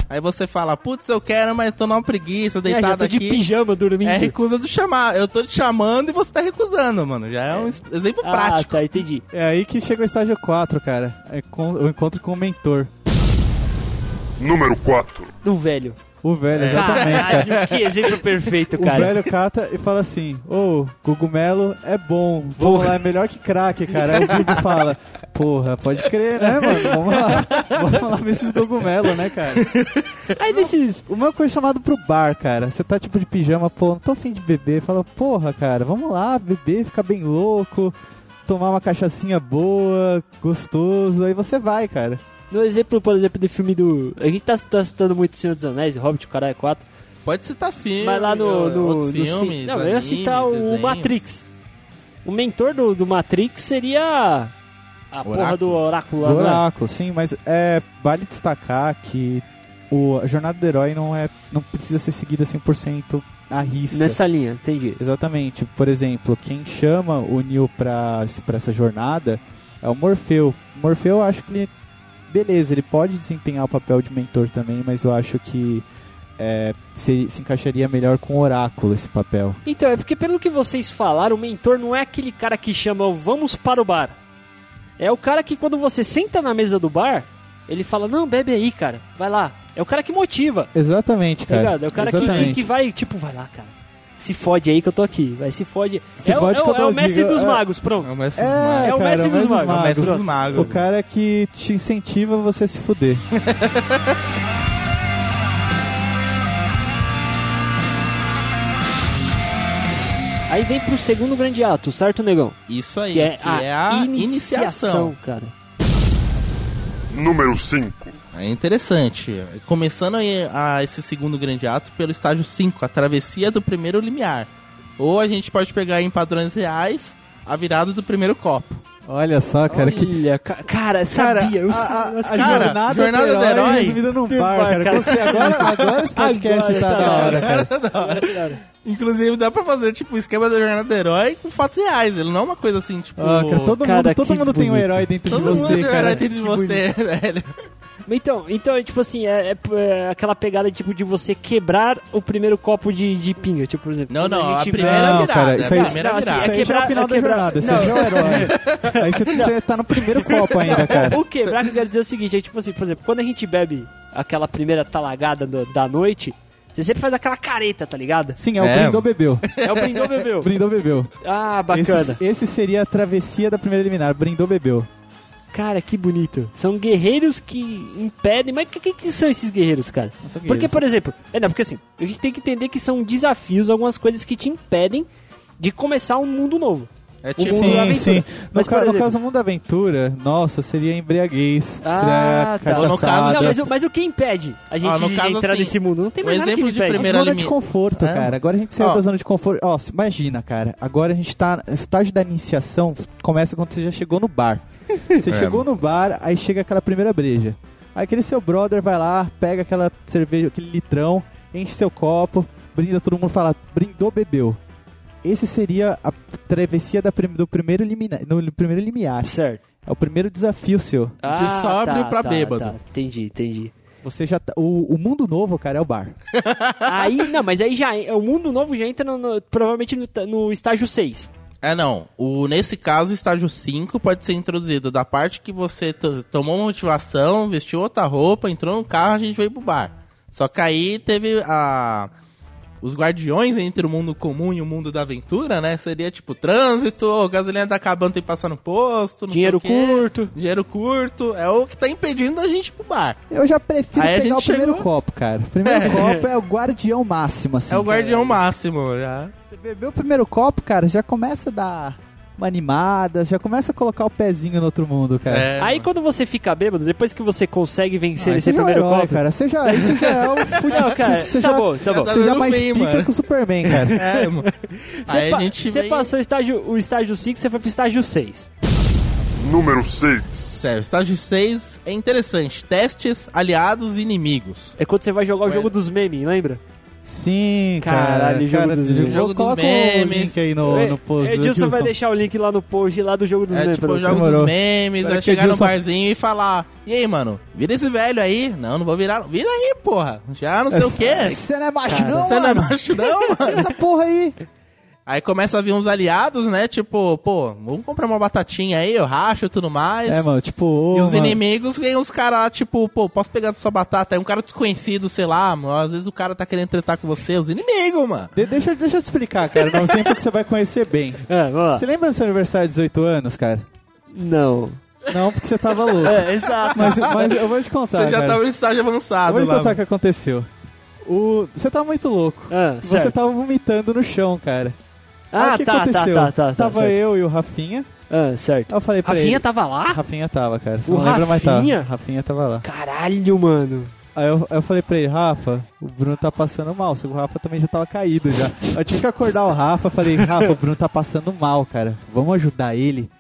Speaker 4: Aí você fala, putz, eu quero, mas tô numa preguiça,
Speaker 1: É, já
Speaker 4: deitado
Speaker 1: tô de
Speaker 4: aqui.
Speaker 1: pijama dormindo.
Speaker 4: É recusa do chamar. Eu tô te chamando e você tá recusando, mano. Já é um es- exemplo
Speaker 1: ah,
Speaker 4: prático.
Speaker 1: tá, entendi.
Speaker 3: É aí que chega o estágio 4, cara. É com- o encontro com o mentor.
Speaker 9: Número 4.
Speaker 1: Do velho.
Speaker 3: O velho,
Speaker 1: É.
Speaker 4: É,
Speaker 3: exatamente, cara.
Speaker 1: Caralho, que exemplo perfeito,
Speaker 3: O
Speaker 1: cara.
Speaker 3: velho cata e fala assim: Ô, cogumelo é bom. Vamos lá, é melhor que crack, cara. Aí o Bilbo fala: Porra, pode crer, né, mano? Vamos lá. Vamos lá ver esses cogumelos, né, cara?
Speaker 4: é
Speaker 1: Aí desses.
Speaker 3: Uma coisa chamada pro bar, cara. Você tá tipo de pijama, pô, não tô afim de beber. Fala: Porra, cara, vamos lá beber, ficar bem louco. Tomar uma cachaçinha boa, gostoso, aí você vai, cara.
Speaker 1: No exemplo, por exemplo, do filme do. A gente tá, tá citando muito Senhor dos Anéis, Hobbit, o caralho, 4.
Speaker 4: Pode citar filme.
Speaker 1: Mas lá no.
Speaker 4: ou-
Speaker 1: no,
Speaker 4: outros
Speaker 1: no
Speaker 4: filmes,
Speaker 1: ci- Não, eu ia
Speaker 4: animes,
Speaker 1: citar o
Speaker 4: desenhos.
Speaker 1: Matrix. O mentor do, do Matrix seria. A porra do oráculo lá,
Speaker 3: Do
Speaker 1: não é?
Speaker 3: oráculo, sim, mas é, vale destacar que o, a jornada do herói não, é, não precisa ser seguida 100% à risca.
Speaker 1: Nessa linha, entendi.
Speaker 3: Exatamente. Por exemplo, quem chama o Neo pra, pra essa jornada é o Morfeu. O Morfeu, eu acho que ele. Beleza, ele pode desempenhar o papel de mentor também, mas eu acho que é, se, se encaixaria melhor com o Oráculo esse papel.
Speaker 1: Então, é porque pelo que vocês falaram, o mentor não é aquele cara que chama o vamos para o bar. É o cara que quando você senta na mesa do bar, ele fala, não, bebe aí, cara, vai lá. É o cara que motiva,
Speaker 3: Exatamente,
Speaker 1: tá
Speaker 3: cara.
Speaker 1: ligado? É o cara que- que,
Speaker 3: Exatamente.
Speaker 1: que vai, tipo, vai lá, cara. Se fode aí que eu tô aqui, vai, se fode.
Speaker 3: Se
Speaker 1: é, o-
Speaker 3: fode
Speaker 1: é
Speaker 3: que
Speaker 1: o,
Speaker 3: eu
Speaker 1: é o mestre
Speaker 3: digo,
Speaker 1: dos
Speaker 3: é-
Speaker 1: magos,
Speaker 4: É
Speaker 1: pronto.
Speaker 4: o Mestre
Speaker 3: É,
Speaker 4: dos Magos.
Speaker 1: É o
Speaker 3: cara,
Speaker 1: mestre dos
Speaker 3: Mestre dos
Speaker 1: magos.
Speaker 4: É o Mestre dos
Speaker 1: pronto.
Speaker 4: Magos.
Speaker 3: O cara que te incentiva você a se fuder.
Speaker 1: Aí vem pro segundo grande ato, certo, negão?
Speaker 4: Isso aí,
Speaker 1: Que é, a,
Speaker 4: iniciação.
Speaker 1: iniciação, cara.
Speaker 9: Número 5.
Speaker 4: É interessante. Começando aí a esse segundo grande ato pelo estágio 5, a travessia do primeiro limiar. Ou a gente pode pegar em padrões reais a virada do primeiro copo.
Speaker 3: Olha só, cara, que.
Speaker 1: Olha, ca- cara,
Speaker 3: Cara,
Speaker 1: sabia. eu
Speaker 3: a,
Speaker 1: sei-
Speaker 3: a,
Speaker 1: nossa,
Speaker 3: a
Speaker 1: que
Speaker 4: cara,
Speaker 1: merda.
Speaker 3: jornada,
Speaker 4: Jornada
Speaker 3: do
Speaker 4: do
Speaker 3: herói
Speaker 4: Herói
Speaker 3: resumida num
Speaker 1: tem
Speaker 3: par,
Speaker 1: par,
Speaker 3: cara.
Speaker 1: cara.
Speaker 3: Você é agora, agora esse podcast
Speaker 1: Agora
Speaker 3: tá,
Speaker 1: tá
Speaker 3: da
Speaker 1: da
Speaker 3: hora, cara.
Speaker 4: Inclusive, dá pra fazer, tipo, o esquema da jornada do herói com fatos reais. Ele não é uma coisa assim, tipo.
Speaker 3: Ah, cara, todo
Speaker 1: Cara,
Speaker 3: mundo, todo
Speaker 1: que
Speaker 3: mundo tem um
Speaker 1: bonito.
Speaker 3: herói dentro
Speaker 4: todo
Speaker 3: de você,
Speaker 4: mundo é um
Speaker 3: cara. Tipo
Speaker 4: herói dentro de
Speaker 3: Que bonito.
Speaker 4: você, *laughs* velho.
Speaker 1: *laughs* Então, então, é tipo assim, é, é, é aquela pegada tipo de você quebrar o primeiro copo de, de pinga, tipo, por exemplo.
Speaker 4: Não,
Speaker 1: quando
Speaker 4: não, a
Speaker 1: gente-
Speaker 4: primeira
Speaker 3: Não,
Speaker 4: virada.
Speaker 3: cara, isso aí-
Speaker 4: a primeira
Speaker 1: não, assim,
Speaker 4: virada.
Speaker 3: Isso aí já é o
Speaker 1: quebrar-
Speaker 3: final
Speaker 1: é
Speaker 3: da
Speaker 1: quebrar-
Speaker 3: jornada, você
Speaker 1: não.
Speaker 3: já é o herói. Aí você, você tá no primeiro copo ainda, cara.
Speaker 1: O quebrar que eu quero dizer é o seguinte, é tipo assim, por exemplo, quando a gente bebe aquela primeira talagada do- da noite, você sempre faz aquela careta, tá ligado?
Speaker 3: Sim, é o
Speaker 4: É.
Speaker 3: brindou bebeu.
Speaker 1: É o brindou bebeu.
Speaker 3: Brindou bebeu.
Speaker 1: Ah, bacana.
Speaker 3: Esse, esse seria a travessia da primeira eliminar, brindou bebeu.
Speaker 1: Cara, que bonito. São guerreiros que impedem. Mas o que, que, que são esses guerreiros, cara?
Speaker 3: Nossa, que
Speaker 1: Porque,
Speaker 3: isso.
Speaker 1: por exemplo, é, não, porque assim, a gente tem que entender que são desafios, algumas coisas que te impedem de começar um mundo novo.
Speaker 4: É
Speaker 1: o
Speaker 4: tipo.
Speaker 1: mundo da
Speaker 3: Sim,
Speaker 1: aventura.
Speaker 3: sim. No,
Speaker 1: Mas,
Speaker 3: ca-
Speaker 1: por
Speaker 3: no
Speaker 1: exemplo-
Speaker 3: caso do mundo da aventura, nossa, seria embriaguez.
Speaker 1: Ah,
Speaker 3: seria
Speaker 1: tá.
Speaker 4: Ou no caso,
Speaker 3: cachaçada.
Speaker 1: Não, mas, o- mas o que impede a gente
Speaker 4: é Ah, no
Speaker 1: de
Speaker 4: caso,
Speaker 1: entrar
Speaker 4: assim,
Speaker 1: nesse mundo? Não tem
Speaker 4: um
Speaker 1: mais nada que
Speaker 4: exemplo
Speaker 1: me
Speaker 4: de
Speaker 1: impede.
Speaker 4: primeira-
Speaker 3: zona de
Speaker 4: elimi-
Speaker 3: conforto,
Speaker 4: É.
Speaker 3: cara. Agora a gente saiu
Speaker 4: Ó.
Speaker 3: da zona de conforto. Ó, se- imagina, cara. Agora a gente tá. O estágio da iniciação começa quando você já chegou
Speaker 1: *laughs*
Speaker 3: no bar. Você
Speaker 4: É.
Speaker 3: chegou no bar, aí chega aquela primeira breja. Aí aquele seu brother vai lá, pega aquela cerveja, aquele litrão, enche seu copo, brinda, todo mundo fala, brindou, bebeu. Esse seria a travessia da prim- do primeiro liminar, no primeiro limiar.
Speaker 1: Certo.
Speaker 3: É o primeiro desafio seu.
Speaker 1: Ah, tá.
Speaker 4: sóbrio pra bêbado.
Speaker 1: Entendi, entendi.
Speaker 3: Você já tá- o, o mundo novo, cara, é o bar.
Speaker 1: aí, não, mas aí já. O mundo novo já entra no- no- provavelmente no, no estágio 6.
Speaker 4: É, não. O, nesse caso, o estágio 5 pode ser introduzido da parte que você to- tomou uma motivação, vestiu outra roupa, entrou no carro, a gente veio pro bar. Só que aí teve a. Os guardiões entre o mundo comum e o mundo da aventura, né? Seria tipo trânsito, ô, gasolina tá acabando, tem que passar no posto, não
Speaker 1: Dinheiro
Speaker 4: sei o quê.
Speaker 1: curto.
Speaker 4: Dinheiro curto. É o que tá impedindo a gente ir pro bar.
Speaker 3: Eu já prefiro
Speaker 4: Aí a
Speaker 3: pegar
Speaker 4: gente
Speaker 3: o primeiro
Speaker 4: chegou-
Speaker 3: copo, cara. O primeiro copo é o guardião máximo, assim.
Speaker 4: é o
Speaker 3: cara.
Speaker 4: guardião máximo já.
Speaker 3: Você bebeu o primeiro copo, cara, já começa a dar uma animada, já começa a colocar o pezinho no outro mundo, cara.
Speaker 4: É,
Speaker 1: Aí quando você fica bêbado, depois que você consegue vencer
Speaker 3: Ah,
Speaker 1: esse
Speaker 3: você já é o
Speaker 1: primeiro
Speaker 3: herói,
Speaker 1: copo.
Speaker 3: cara. Você já, aí você já é o fudido.
Speaker 1: Não, cara,
Speaker 3: *laughs* você
Speaker 1: tá
Speaker 3: já,
Speaker 1: bom, tá bom.
Speaker 3: Você já
Speaker 4: Tá
Speaker 3: é mais
Speaker 4: bem,
Speaker 3: pica
Speaker 4: mano.
Speaker 3: que o Superman, cara.
Speaker 1: *laughs*
Speaker 4: É, mano.
Speaker 1: Você
Speaker 4: Aí a
Speaker 1: pa-
Speaker 4: gente
Speaker 1: Você
Speaker 4: vem...
Speaker 1: passou o estágio, o estágio 5, você foi pro estágio 6.
Speaker 9: número 6,
Speaker 4: Sério, estágio 6 é interessante. Testes, aliados e inimigos.
Speaker 1: É quando você vai jogar o
Speaker 4: Ué.
Speaker 1: jogo dos memes, lembra?
Speaker 3: Sim,
Speaker 1: Caralho, jogo
Speaker 3: cara.
Speaker 1: dos
Speaker 3: cara,
Speaker 1: memes.
Speaker 4: Jogo dos
Speaker 3: coloca o
Speaker 4: memes.
Speaker 3: link aí no, no post. do
Speaker 1: Edilson vai
Speaker 3: Edilson.
Speaker 1: deixar o link lá no post lá do jogo dos
Speaker 4: É
Speaker 1: memes.
Speaker 4: tipo
Speaker 1: pra
Speaker 4: o
Speaker 1: você.
Speaker 4: jogo
Speaker 3: demorou.
Speaker 4: dos memes,
Speaker 3: Espera
Speaker 4: é
Speaker 3: que
Speaker 4: chegar no
Speaker 3: Edilson-
Speaker 4: barzinho e falar: E aí, mano, vira esse velho aí? Não, não vou virar. não. Vira aí, porra. Já não sei o quê.
Speaker 3: Você não é macho,
Speaker 1: Cara,
Speaker 3: não,
Speaker 4: Você não é
Speaker 3: mano? *laughs*
Speaker 4: macho, não, mano.
Speaker 3: Essa porra aí.
Speaker 4: Aí começa a vir uns aliados, né? Tipo, pô, vamos comprar uma batatinha aí, eu racho e tudo mais.
Speaker 3: É, mano, tipo...
Speaker 4: E
Speaker 3: ô,
Speaker 4: os
Speaker 3: mano.
Speaker 4: inimigos vem uns caras lá, tipo, pô, posso pegar da sua batata? Aí um cara desconhecido, sei lá, mano, às vezes o cara tá querendo tretar com você, os inimigos, mano.
Speaker 3: De- deixa, deixa eu te explicar, cara. Não sei que você vai conhecer bem.
Speaker 1: É, vamos lá.
Speaker 3: Você lembra do seu aniversário de 18 anos, cara?
Speaker 1: Não.
Speaker 3: Não, porque você tava louco. *laughs*
Speaker 1: É, exato.
Speaker 3: Mas, mas eu vou te contar,
Speaker 4: você já
Speaker 3: Tá, cara.
Speaker 4: tava no estágio
Speaker 3: Eu
Speaker 4: avançado
Speaker 3: vou te
Speaker 4: lá.
Speaker 3: contar o
Speaker 4: mano.
Speaker 3: que aconteceu. O... Você tava muito louco.
Speaker 1: Ah,
Speaker 3: Você
Speaker 1: certo.
Speaker 3: tava vomitando no chão, cara. Aí
Speaker 1: ah,
Speaker 3: o que
Speaker 1: tá, tá,
Speaker 3: aconteceu?
Speaker 1: tá, tá, tá.
Speaker 3: Tava
Speaker 1: certo.
Speaker 3: eu e o Rafinha.
Speaker 1: Ah, certo.
Speaker 3: Aí eu falei pra
Speaker 1: Rafinha
Speaker 3: ele...
Speaker 1: tava lá?
Speaker 3: Rafinha tava, cara. Você
Speaker 1: O
Speaker 3: não lembra, mas tava.
Speaker 1: Rafinha?
Speaker 3: Rafinha tava lá.
Speaker 1: Caralho, mano.
Speaker 3: Aí eu, aí eu falei pra ele, Rafa, o Bruno tá passando mal. Só que o Rafa também já tava caído já. Eu tive que acordar o Rafa. Falei, Rafa, o Bruno tá passando mal, cara. Vamos ajudar ele.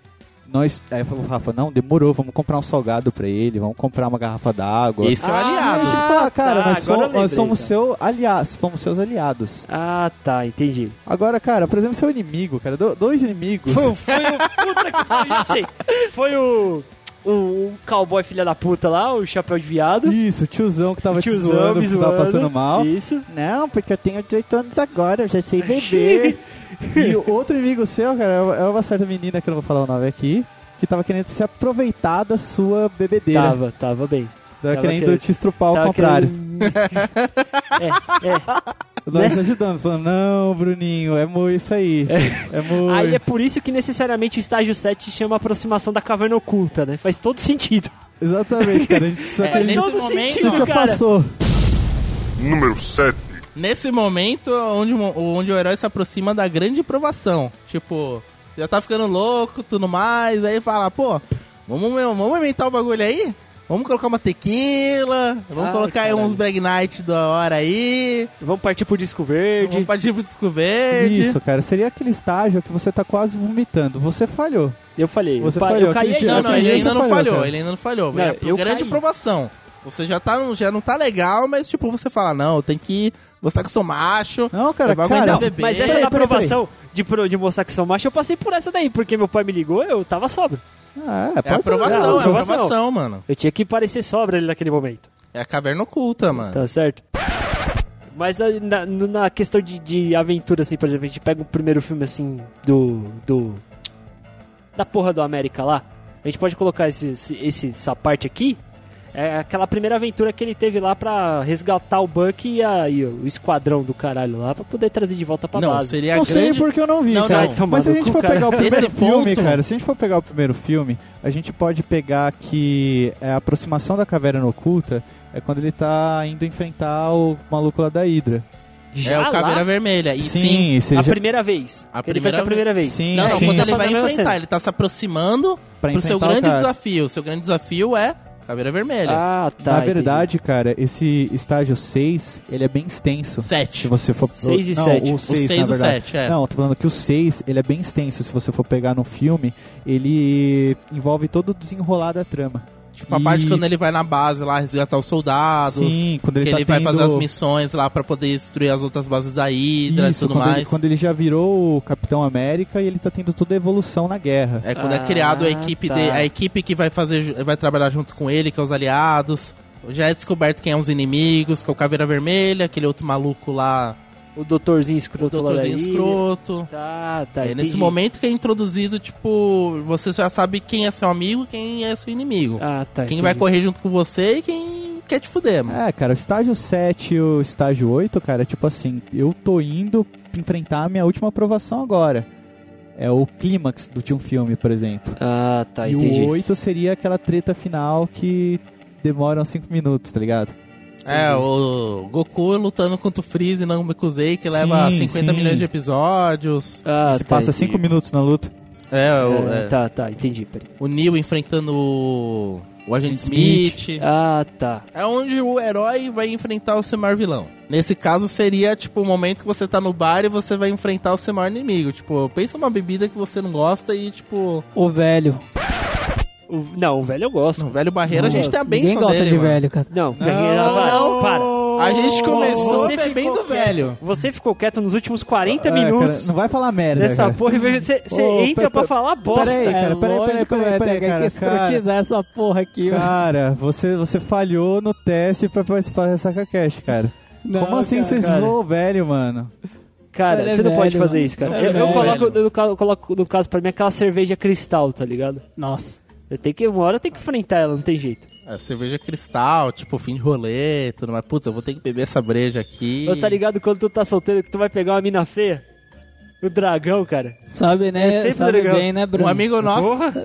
Speaker 3: Nós... Aí eu falei, o Rafa, não, demorou. Vamos comprar um salgado pra ele. Vamos comprar uma garrafa d'água.
Speaker 4: Esse é o
Speaker 1: Ah,
Speaker 4: aliado.
Speaker 3: Deixa eu te falar, cara,
Speaker 1: tá,
Speaker 3: nós,
Speaker 1: agora
Speaker 3: somos,
Speaker 1: eu lembrei,
Speaker 3: nós somos
Speaker 1: cara.
Speaker 3: seu aliás, fomos seus aliados.
Speaker 1: Ah, tá, entendi.
Speaker 3: Agora, cara, por exemplo, seu inimigo, cara, do- dois inimigos.
Speaker 1: Foi o. Foi o. Puta que pariu, já
Speaker 3: *laughs*
Speaker 1: sei. Foi o. O, o cowboy filha da puta lá, o chapéu de viado.
Speaker 3: Isso, o tiozão que tava te
Speaker 1: Tiozão me
Speaker 3: zoando, que você tava
Speaker 1: zoando.
Speaker 3: passando mal.
Speaker 1: Isso.
Speaker 3: Não, porque eu tenho 18 anos agora, eu já sei beber. e o outro inimigo seu, cara, é uma- é uma certa menina que eu não vou falar o nome aqui. Que tava querendo se aproveitar da sua bebedeira. Tava,
Speaker 1: Tava, tava bem. tava
Speaker 3: querendo
Speaker 1: querendo-
Speaker 3: te estrupar ao
Speaker 1: Tava
Speaker 3: contrário.
Speaker 1: querendo- é, é.
Speaker 3: Nós ajudando, falando, não, Bruninho, é mu isso aí. É, mu.
Speaker 1: Aí é por isso que necessariamente o estágio 7 chama aproximação da caverna oculta, né? Faz todo sentido.
Speaker 3: Exatamente, cara. A gente só que a
Speaker 1: Faz
Speaker 4: nesse
Speaker 3: gente
Speaker 1: todo
Speaker 4: momento,
Speaker 1: sentido,
Speaker 3: já
Speaker 1: cara.
Speaker 3: passou.
Speaker 9: número 7,
Speaker 4: Nesse momento, onde, o- onde o herói se aproxima da grande provação. Tipo, já tá ficando louco, tudo mais. Aí fala, pô, vamos, meu, vamos inventar o bagulho aí? Vamos colocar uma tequila, vamos
Speaker 1: Ai,
Speaker 4: colocar aí
Speaker 1: caralho.
Speaker 4: uns Brag Night da hora aí,
Speaker 1: Vamos partir pro disco verde.
Speaker 4: vamos partir pro Disco Verde.
Speaker 3: Isso, cara. Seria aquele estágio que você tá quase vomitando. Você falhou.
Speaker 1: Eu falhei.
Speaker 3: Você
Speaker 1: eu, pa-
Speaker 3: falhou,
Speaker 1: eu caí
Speaker 3: acredito.
Speaker 1: aí,
Speaker 4: Não, não,
Speaker 1: eu
Speaker 4: ele
Speaker 1: caí.
Speaker 3: você
Speaker 4: ainda não
Speaker 3: É falhou,
Speaker 4: falhou,
Speaker 3: cara.
Speaker 4: ele ainda não falhou.
Speaker 1: Não,
Speaker 4: é pro
Speaker 1: eu
Speaker 4: grande
Speaker 1: caí.
Speaker 4: provação. Você já, tá, já não tá legal, mas tipo, você fala, não, tem que mostrar que eu sou macho.
Speaker 3: Não, cara,
Speaker 4: Vai
Speaker 3: cara.
Speaker 4: aguentar
Speaker 3: não.
Speaker 4: o bebê.
Speaker 1: Mas
Speaker 4: Peraí,
Speaker 1: essa
Speaker 3: peraí,
Speaker 1: da
Speaker 3: peraí.
Speaker 1: aprovação de, pro- de mostrar que são macho, eu passei por essa daí, porque meu pai me ligou, eu tava sobra.
Speaker 3: Ah,
Speaker 4: É
Speaker 3: pode ser.
Speaker 4: aprovação,
Speaker 1: Não,
Speaker 4: é
Speaker 1: aprovação.
Speaker 4: aprovação, mano.
Speaker 1: Eu tinha que parecer sobra ali naquele momento.
Speaker 4: É a caverna oculta, mano.
Speaker 1: Tá certo? Mas ah, na, no- na questão de, de aventura, assim, por exemplo, a gente pega o primeiro filme, assim, do. do da porra do América lá. A gente pode colocar esse, esse- esse- essa parte aqui. É aquela primeira aventura que ele teve lá pra resgatar o Buck e, a- e o esquadrão do caralho lá pra poder trazer de volta pra
Speaker 4: não,
Speaker 1: base.
Speaker 4: seria a
Speaker 3: Não sei
Speaker 4: grande...
Speaker 3: porque eu não vi,
Speaker 4: Não, então,
Speaker 3: cara.
Speaker 4: não.
Speaker 1: Vai tomar
Speaker 3: Mas se a
Speaker 1: no
Speaker 3: gente
Speaker 1: cu,
Speaker 3: for
Speaker 1: cara.
Speaker 3: pegar o
Speaker 4: Esse
Speaker 3: primeiro filme,
Speaker 4: ponto-
Speaker 3: cara, se a gente for pegar o primeiro filme, a gente pode pegar que é, a aproximação da caverna oculta é quando ele tá indo enfrentar o maluco lá da Hydra. Ah,
Speaker 4: É o
Speaker 1: lá,
Speaker 4: Caveira Vermelha. E sim,
Speaker 3: isso
Speaker 1: a
Speaker 3: já-
Speaker 1: primeira vez.
Speaker 4: A
Speaker 1: que ele foi
Speaker 4: primeira
Speaker 1: a primeira vez.
Speaker 3: Sim,
Speaker 4: Não, não,
Speaker 3: sim.
Speaker 4: quando
Speaker 3: Tá
Speaker 4: ele vai
Speaker 1: fazendo a mesma
Speaker 4: enfrentar,
Speaker 1: cena.
Speaker 4: ele tá se aproximando
Speaker 3: pra
Speaker 4: pro
Speaker 3: enfrentar
Speaker 4: seu grande
Speaker 3: o cara.
Speaker 4: desafio. Seu grande desafio é Caveira Vermelha.
Speaker 1: Ah, tá.
Speaker 3: Na
Speaker 1: entendi.
Speaker 3: verdade, cara, esse estágio 6, ele é bem extenso. Se
Speaker 4: Sete.
Speaker 3: você for...
Speaker 1: Seis e
Speaker 3: tipo, não,
Speaker 1: sete.
Speaker 3: o
Speaker 1: O
Speaker 3: 6,
Speaker 4: o
Speaker 3: na
Speaker 4: seis e o
Speaker 3: verdade.
Speaker 4: sete, é.
Speaker 3: Não, eu tô falando que o 6, ele é bem extenso. Se você for pegar no filme, ele envolve todo o desenrolar da trama.
Speaker 4: Tipo, a parte
Speaker 3: E-
Speaker 4: quando ele vai na base lá resgatar os soldados.
Speaker 3: Sim, quando ele
Speaker 4: que
Speaker 3: tá
Speaker 4: ele vai
Speaker 3: tendo-
Speaker 4: fazer as missões lá pra poder destruir as outras bases da Hydra
Speaker 3: Isso,
Speaker 4: e tudo
Speaker 3: quando,
Speaker 4: mais.
Speaker 3: Ele, quando ele já virou o Capitão América e ele tá tendo toda a evolução na guerra.
Speaker 4: É quando
Speaker 1: Ah,
Speaker 4: é criado a equipe
Speaker 1: tá.
Speaker 4: de, a equipe que vai fazer vai trabalhar junto com ele, que é os aliados. Já é descoberto quem é os inimigos, que é o Caveira Vermelha, aquele outro maluco lá,
Speaker 1: O doutorzinho
Speaker 4: o
Speaker 1: escroto lá da
Speaker 4: doutorzinho
Speaker 1: ilha.
Speaker 4: escroto.
Speaker 1: Tá, tá.
Speaker 4: é nesse
Speaker 1: entendi.
Speaker 4: momento que é introduzido, tipo, você já sabe quem é seu amigo e quem é seu inimigo.
Speaker 1: Ah, tá.
Speaker 4: quem
Speaker 1: entendi.
Speaker 4: vai correr junto com você e quem quer te fuder, mano.
Speaker 3: É, cara, o estágio 7 e o estágio 8, cara, é tipo assim, eu tô indo enfrentar a minha última aprovação agora. É o clímax do de um filme, por exemplo.
Speaker 1: Ah, tá,
Speaker 3: e
Speaker 1: entendi.
Speaker 3: o 8 seria aquela treta final que demora uns 5 minutos, tá ligado?
Speaker 4: É, o Goku lutando contra o Freeze não me Namekusei, que leva
Speaker 3: Sim,
Speaker 4: 50
Speaker 3: sim.
Speaker 4: milhões de episódios.
Speaker 1: Ah,
Speaker 3: Você passa 5 minutos na luta.
Speaker 4: É, o,
Speaker 1: É,
Speaker 4: é,
Speaker 1: Tá, tá, entendi. Peraí.
Speaker 4: o Neo enfrentando o, o Agente
Speaker 3: Smith.
Speaker 4: Smith.
Speaker 1: Ah, tá.
Speaker 4: É onde o herói vai enfrentar o seu maior vilão. Nesse caso, seria, tipo, o momento que você tá no bar e você vai enfrentar o seu maior inimigo. Tipo, pensa numa bebida que você não gosta e, tipo...
Speaker 8: O velho.
Speaker 1: O- não, o velho eu gosto.
Speaker 4: No velho barreira, a gente tem a benção
Speaker 8: Ninguém gosta
Speaker 4: dele,
Speaker 8: de
Speaker 4: mano.
Speaker 8: velho, cara.
Speaker 1: Não, não,
Speaker 4: não.
Speaker 1: para.
Speaker 4: A gente começou
Speaker 1: Você
Speaker 4: bebendo
Speaker 1: ficou
Speaker 4: velho.
Speaker 1: Você ficou quieto nos últimos 40
Speaker 3: É, cara,
Speaker 1: minutos
Speaker 3: não vai falar merda,
Speaker 1: dessa
Speaker 3: cara.
Speaker 1: porra e veja- você você
Speaker 3: Ô,
Speaker 1: entra
Speaker 3: pera-
Speaker 1: pra falar bosta.
Speaker 3: Peraí, cara, peraí, peraí,
Speaker 8: É, lógico,
Speaker 3: peraí,
Speaker 8: velho,
Speaker 3: peraí,
Speaker 8: tem
Speaker 3: cara,
Speaker 8: que escrotizar essa porra aqui, velho.
Speaker 3: Cara, você, você falhou no teste pra participar dessa sacacash, cara.
Speaker 8: Não,
Speaker 3: Como assim
Speaker 8: cara,
Speaker 3: você
Speaker 8: cara.
Speaker 3: zoou o velho, mano?
Speaker 1: Cara,
Speaker 8: Ele é
Speaker 1: você não pode
Speaker 8: velho,
Speaker 1: fazer
Speaker 8: mano.
Speaker 1: isso, cara.
Speaker 4: Ele
Speaker 1: eu,
Speaker 4: é
Speaker 1: eu
Speaker 4: velho.
Speaker 1: coloco, eu ca- eu coloco, no caso, pra mim, aquela cerveja cristal, tá ligado?
Speaker 8: Nossa.
Speaker 1: Eu tenho que, uma hora eu tenho que enfrentar ela, não tem jeito.
Speaker 4: É, cerveja cristal, tipo, fim de rolê, tudo mais. Puta, eu vou ter que beber essa breja aqui.
Speaker 1: Eu tá ligado quando tu tá solteiro que tu vai pegar uma mina feia? O dragão, cara.
Speaker 8: Sabe,
Speaker 1: É
Speaker 8: né?
Speaker 1: sempre
Speaker 8: Sabe
Speaker 1: legal.
Speaker 8: bem, né, Bruno?
Speaker 4: Um amigo nosso...
Speaker 1: Porra!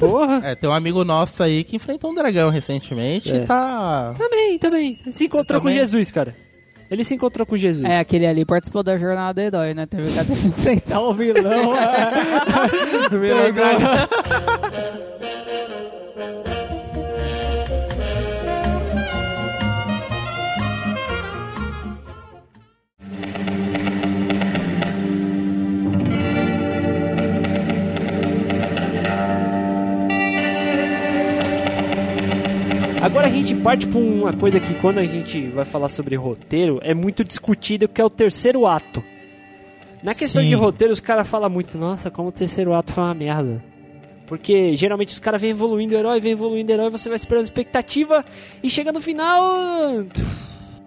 Speaker 1: Porra!
Speaker 4: É, tem um amigo nosso aí que enfrentou um dragão recentemente
Speaker 1: É.
Speaker 4: e tá...
Speaker 1: Também, também. Se encontrou
Speaker 4: Também?
Speaker 1: com Jesus, cara. Ele se encontrou com Jesus.
Speaker 8: *laughs* É, aquele ali participou da jornada do herói, né? Teve que até *laughs* enfrentar o vilão.
Speaker 4: Virou dragão.
Speaker 1: Agora a gente parte pra uma coisa que quando a gente vai falar sobre roteiro é muito discutido, que é o terceiro ato. Na questão
Speaker 3: Sim.
Speaker 1: de roteiro, os caras falam muito, nossa, como o terceiro ato foi uma merda. Porque geralmente os caras vêm evoluindo o herói, vem evoluindo o herói, você vai esperando expectativa e chega no final.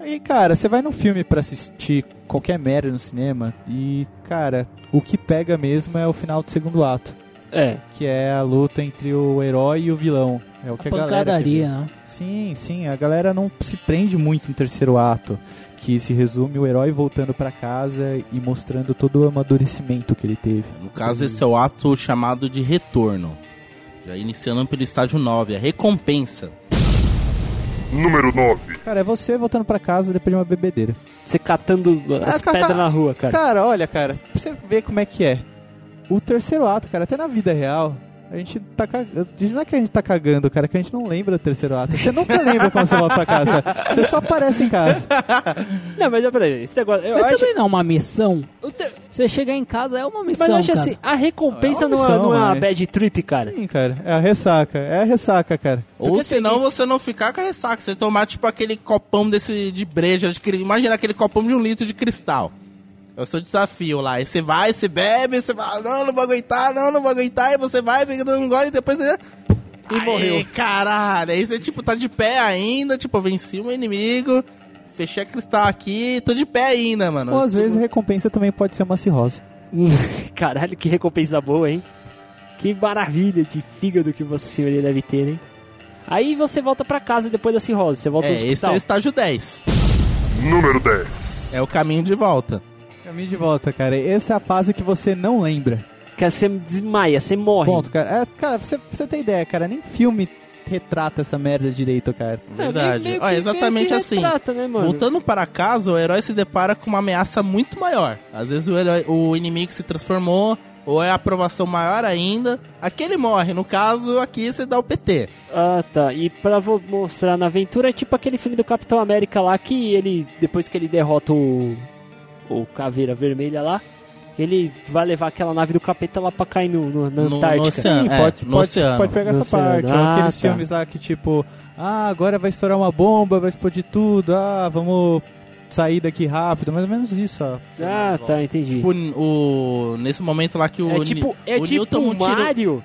Speaker 3: E, cara, você vai num filme pra assistir qualquer merda no cinema e, cara, o que pega mesmo é o final do segundo ato,
Speaker 1: É.
Speaker 3: que é a luta entre o herói e o vilão. É o que a, galera quer ver.
Speaker 8: Pancadaria, né?
Speaker 3: Sim, sim, a galera não se prende muito no terceiro ato, que se resume o herói voltando pra casa e mostrando todo o amadurecimento que ele teve.
Speaker 4: No caso, esse é o ato chamado de retorno. Já iniciando pelo estágio 9, a recompensa.
Speaker 9: número 9,
Speaker 3: Cara, é você voltando pra casa depois de uma bebedeira.
Speaker 1: Você catando
Speaker 3: Ah,
Speaker 1: as
Speaker 3: ca-
Speaker 1: pedras
Speaker 3: ca-
Speaker 1: na rua, cara.
Speaker 3: Cara, olha, cara, pra você ver como é que é. O terceiro ato, cara, até na vida real, A gente tá cagando. Não é que a gente tá cagando, cara, que a gente não lembra do terceiro ato. Você
Speaker 1: *laughs*
Speaker 3: nunca lembra quando você volta pra casa. cara. Você só aparece em casa.
Speaker 1: Não, mas eu, peraí, esse negócio. Eu
Speaker 8: Mas
Speaker 1: acho,
Speaker 8: também não é uma missão.
Speaker 1: o te-
Speaker 8: Você chegar em casa é uma missão,
Speaker 1: mas eu acho
Speaker 8: cara.
Speaker 1: assim, a recompensa
Speaker 3: É uma
Speaker 1: não é,
Speaker 3: missão,
Speaker 1: não é uma
Speaker 3: mas-
Speaker 1: bad trip, cara.
Speaker 3: Sim, cara. É a ressaca. É a ressaca, cara.
Speaker 4: Ou senão você não ficar com a ressaca, você tomar tipo aquele copão desse de breja, de, cri- imagina aquele copão de um litro de cristal. É o seu desafio lá. Aí você vai, você bebe, você fala, não, não vou aguentar, não, não vou aguentar, e você vai, fica dando um gole e depois você. E
Speaker 1: morreu.
Speaker 4: caralho. Aí você, tipo, tá de pé ainda, tipo, eu venci o meu inimigo, fechei a cristal aqui, tô de pé ainda, mano.
Speaker 3: Ou às vezes a recompensa também pode ser uma cirrose.
Speaker 1: Caralho, que recompensa boa, hein? Que maravilha de fígado que você senhoria deve ter, hein? Aí você volta pra casa depois da cirrose, você volta
Speaker 4: É,
Speaker 1: ao
Speaker 4: esse é
Speaker 1: hospital.
Speaker 4: o estágio 10.
Speaker 9: número 10,
Speaker 4: É o caminho de volta.
Speaker 3: Caminho de volta, cara. Essa é a fase que você não lembra.
Speaker 4: é
Speaker 1: Que você desmaia, você morre.
Speaker 3: Ponto, cara. É, cara, pra você, pra você ter ideia, cara, nem filme retrata essa merda direito, cara.
Speaker 4: Verdade.
Speaker 1: É, meio que-
Speaker 4: Ó,
Speaker 1: meio
Speaker 4: exatamente
Speaker 1: que
Speaker 4: assim.
Speaker 1: retrata, né, mano?
Speaker 4: Voltando para casa, o herói se depara com uma ameaça muito maior. Às vezes o, herói- o inimigo se transformou, ou é a aprovação maior ainda. Aquele morre, no caso, aqui você dá o PT.
Speaker 1: Ah, tá. E pra vo- mostrar na aventura, é tipo aquele filme do Capitão América lá que ele, depois que ele derrota o, o Caveira Vermelha lá, ele vai levar aquela nave do capeta lá pra cair no, no- na
Speaker 4: No- no
Speaker 1: Antártica.
Speaker 4: oceano. É,
Speaker 3: pode,
Speaker 4: no
Speaker 3: pode,
Speaker 4: oceano.
Speaker 3: pode pegar
Speaker 1: No
Speaker 3: essa
Speaker 1: oceano.
Speaker 3: parte. ou
Speaker 1: Ah,
Speaker 3: aqueles
Speaker 1: tá.
Speaker 3: filmes lá que tipo, ah, agora vai estourar uma bomba, vai explodir tudo, ah, vamos sair daqui rápido, mais ou menos isso, ó.
Speaker 1: ah, tá, entendi.
Speaker 4: Tipo, o, nesse momento lá que o.
Speaker 1: é tipo, é
Speaker 4: o
Speaker 1: tipo
Speaker 4: Newton
Speaker 1: o
Speaker 4: tirou-
Speaker 1: Mario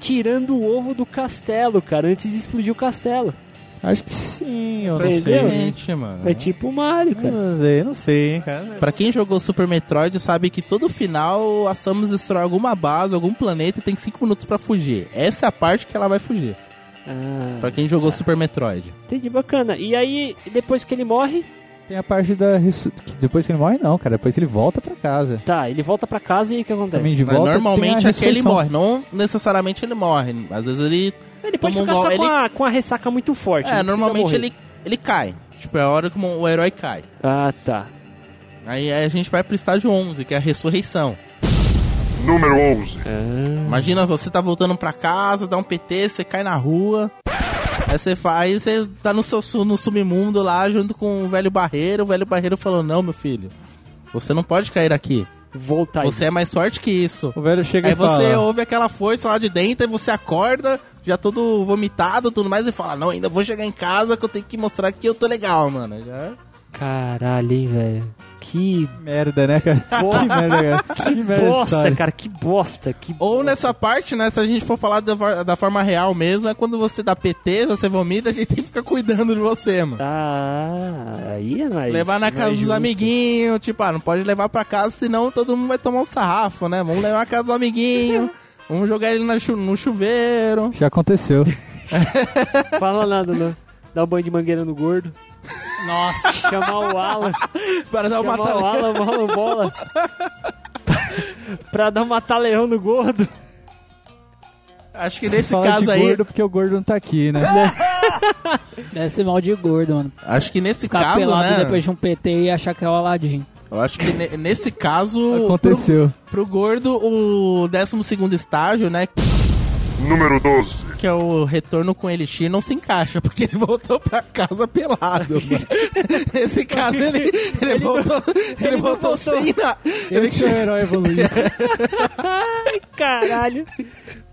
Speaker 1: tirando o ovo do castelo, cara, antes de explodir o castelo.
Speaker 3: Acho que sim, eu não sei.
Speaker 1: Entendeu?
Speaker 4: Exatamente, mano.
Speaker 1: É tipo o Mario, cara.
Speaker 3: Não sei, não sei, hein, cara.
Speaker 4: Pra quem jogou Super Metroid, sabe que todo final a Samus destrói alguma base, algum planeta e tem 5 minutos pra fugir. Essa é a parte que ela vai fugir.
Speaker 1: Ah,
Speaker 4: Pra quem jogou Super Metroid.
Speaker 1: entendi, bacana. E aí, depois que ele morre,
Speaker 3: Tem a parte da. ressu- que Depois que ele morre, não, cara. Depois que ele volta pra casa.
Speaker 1: tá, ele volta pra casa e o que
Speaker 3: Também
Speaker 1: acontece?
Speaker 3: de
Speaker 4: Mas
Speaker 3: volta.
Speaker 4: normalmente
Speaker 3: tem a
Speaker 4: é que ele
Speaker 3: ressurreição.
Speaker 4: morre, não necessariamente ele morre. Às vezes ele
Speaker 1: Ele pode
Speaker 4: Toma
Speaker 1: ficar
Speaker 4: um
Speaker 1: só
Speaker 4: gol,
Speaker 1: com,
Speaker 4: ele-
Speaker 1: a, com a ressaca muito forte. não
Speaker 4: É,
Speaker 1: precisa
Speaker 4: normalmente
Speaker 1: morrer.
Speaker 4: ele, ele cai. Tipo, é a hora que o herói cai.
Speaker 1: Ah, tá.
Speaker 4: Aí, aí a gente vai pro estágio 11, que é a ressurreição.
Speaker 9: número 11,
Speaker 4: Imagina, você tá voltando pra casa, dá um PT, você cai na rua. Aí você, fa- aí você tá no seu su- no submundo lá, junto com o velho barreiro. O velho barreiro falou, não, meu filho, você não pode cair aqui.
Speaker 1: Volta Tá aí.
Speaker 4: Você é mais forte que isso.
Speaker 3: O velho chega
Speaker 4: Aí
Speaker 3: e fala.
Speaker 4: você ouve aquela força lá de dentro, aí você acorda, já todo vomitado tudo mais, e fala, não, ainda vou chegar em casa que eu tenho que mostrar que eu tô legal, mano. Já...
Speaker 1: Caralho, hein, velho. Que
Speaker 3: Merda, né, cara? *laughs*
Speaker 1: Boa.
Speaker 3: que merda, cara. Que merda. de
Speaker 1: bosta,
Speaker 3: história.
Speaker 1: cara. Que bosta. Que
Speaker 4: Ou nessa parte, né? Se a gente for falar da, va- da forma real mesmo, é quando você dá PT, você vomita, a gente tem que ficar cuidando de você, mano.
Speaker 1: Ah, aí é mais.
Speaker 4: levar na
Speaker 1: mais
Speaker 4: casa dos
Speaker 1: justo.
Speaker 4: amiguinhos, tipo, ah, não pode levar pra casa, senão todo mundo vai tomar um sarrafo, né? Vamos levar na casa do amiguinho, vamos jogar ele na chu- no chuveiro.
Speaker 3: Já aconteceu.
Speaker 1: Fala nada, não. Dá um banho de mangueira no gordo.
Speaker 4: Nossa,
Speaker 1: Chamar o Alan.
Speaker 4: para dar uma
Speaker 1: chamar o
Speaker 4: tale-
Speaker 1: Alan, o Alan bola. pra dar um mataleão no gordo.
Speaker 4: Acho que
Speaker 3: Você
Speaker 4: nesse
Speaker 3: fala
Speaker 4: caso
Speaker 3: de
Speaker 4: aí.
Speaker 3: gordo porque o gordo não tá aqui, né?
Speaker 8: Deve ser mal de gordo, mano.
Speaker 4: Acho que nesse
Speaker 8: Ficar
Speaker 4: caso,
Speaker 8: pelado
Speaker 4: né?
Speaker 8: depois de um PT e achar que é o Aladdin.
Speaker 4: Eu acho que ne- nesse caso.
Speaker 3: Aconteceu.
Speaker 4: Pro, pro gordo, o 12 segundo estágio, né?
Speaker 9: número 12,
Speaker 4: que é o retorno com Elixir não se encaixa, porque ele voltou pra casa pelado.
Speaker 1: *laughs*
Speaker 4: mano. Nesse caso, ele, ele, voltou, ele
Speaker 1: ele não voltou.
Speaker 4: voltou sem nada.
Speaker 3: Esse é o herói evoluído.
Speaker 1: Ai, caralho.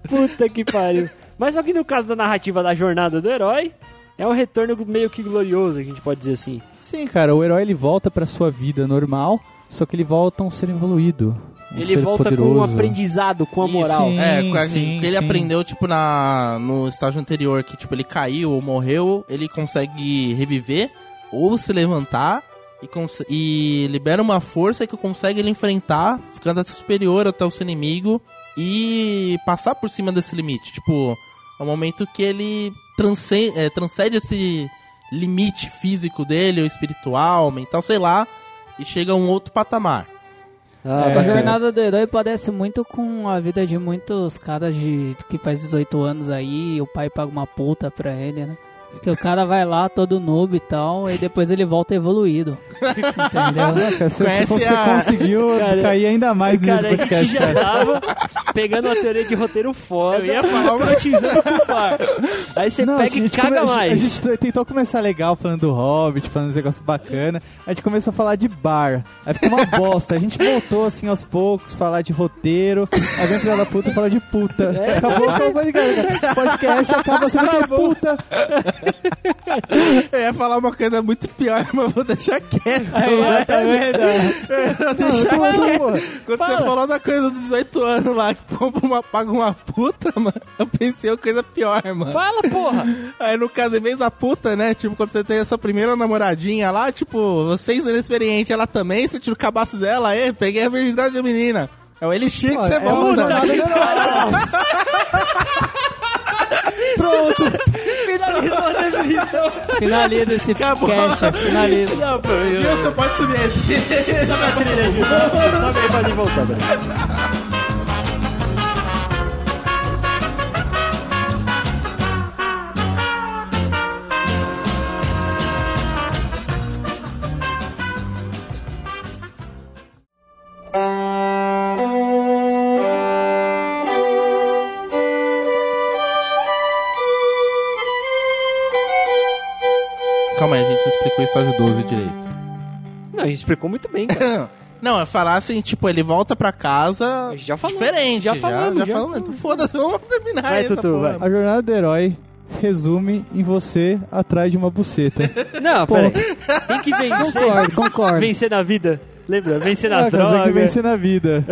Speaker 1: Puta que pariu. Mas só que no caso da narrativa da jornada do herói, é um retorno meio que glorioso, que a gente pode dizer assim.
Speaker 3: *laughs* Sim, cara. O herói ele volta pra sua vida normal, só que ele volta um ser evoluído. Um
Speaker 1: Ele
Speaker 3: ser
Speaker 1: volta com um
Speaker 3: poderoso.
Speaker 1: aprendizado, com a moral.
Speaker 3: Sim,
Speaker 4: é, com a-
Speaker 3: sim,
Speaker 4: que ele
Speaker 3: sim.
Speaker 4: aprendeu, tipo, na, no estágio anterior, que, tipo, ele caiu ou morreu, ele consegue reviver ou se levantar e, cons- e libera uma força que consegue ele enfrentar, ficando até superior até o seu inimigo e passar por cima desse limite. Tipo, é um momento que ele transce- é, transcende esse limite físico dele, ou espiritual, mental, sei lá, e chega a um outro patamar.
Speaker 1: Ah,
Speaker 3: É,
Speaker 8: a
Speaker 1: bacana.
Speaker 8: jornada do herói parece muito com a vida de muitos caras de que faz 18 anos aí, e o pai paga uma puta pra ele, né? Que o cara vai lá todo noob e tal, e depois ele volta evoluído.
Speaker 3: *laughs*
Speaker 8: Entendeu?
Speaker 3: Cara, você,
Speaker 4: Conhece
Speaker 3: você
Speaker 4: a-
Speaker 3: *laughs* conseguiu
Speaker 1: Cara,
Speaker 3: cair ainda mais no
Speaker 1: Cara, a gente
Speaker 3: podcast,
Speaker 1: já
Speaker 3: cara.
Speaker 1: tava pegando uma teoria de roteiro foda.
Speaker 4: Eu ia falar uma-
Speaker 1: utilizando o par. né? Aí você
Speaker 3: Não, a
Speaker 1: pega e
Speaker 3: gente
Speaker 1: caga
Speaker 3: come- a gente-
Speaker 1: mais.
Speaker 3: A gente t- tentou começar legal falando do Hobbit, falando uns negócios bacana. A gente começou a falar de bar. Aí ficou
Speaker 1: *laughs*
Speaker 3: uma bosta. A gente voltou assim aos poucos, falar de roteiro. Aí vem filha da puta falar de puta.
Speaker 1: É.
Speaker 3: Acabou, acabou, tá ligado? O podcast acaba sendo que é puta.
Speaker 4: Eu ia falar uma coisa muito pior, *laughs* mas vou deixar quieto. Eu vou deixar
Speaker 3: É, Não, eu tô-
Speaker 4: quieto.
Speaker 3: porra.
Speaker 4: Quando você
Speaker 1: Fala.
Speaker 4: falou da coisa dos 18 anos lá, que pompa uma, paga uma puta, *laughs* mano, eu pensei uma coisa pior, mano.
Speaker 1: Fala, porra!
Speaker 4: Aí no caso, em vez da puta, né? Tipo, quando você tem a sua primeira namoradinha lá, tipo, você inexperiente, ela também, você tira o cabaço dela, aí, peguei a virgindade da menina. É o elixir que
Speaker 3: Pô,
Speaker 4: você
Speaker 3: é uma
Speaker 4: volta.
Speaker 3: jornada herói. Pronto.
Speaker 1: Finalizou a
Speaker 3: né,
Speaker 1: definição.
Speaker 8: Finaliza esse
Speaker 4: Acabou.
Speaker 8: cast, finaliza.
Speaker 1: Não, pô, eu...
Speaker 4: Gilson, pode subir aí.
Speaker 1: Sobe a trilha, Dilson. Sobe aí pra gente voltar, velho.
Speaker 4: *laughs* Calma aí, a gente não explicou o estágio 12 direito.
Speaker 1: Não, a gente explicou muito bem, cara.
Speaker 4: Não, é falar assim, tipo, ele volta pra casa
Speaker 1: Já falamos,
Speaker 4: diferente.
Speaker 1: já
Speaker 4: Já,
Speaker 1: falamos,
Speaker 4: já,
Speaker 1: já
Speaker 4: falamos.
Speaker 1: falamos.
Speaker 4: Foda-se, vamos terminar
Speaker 1: Vai,
Speaker 4: essa
Speaker 1: Tutu,
Speaker 4: porra. É
Speaker 1: vai.
Speaker 3: A jornada do herói se resume em você atrás de uma buceta.
Speaker 1: Não, peraí. Tem que vencer.
Speaker 8: Concordo, concordo.
Speaker 1: Vencer na vida. Lembra? Vencer nas
Speaker 3: Ah, cara, você tem
Speaker 1: drogas.
Speaker 3: que vencer na vida.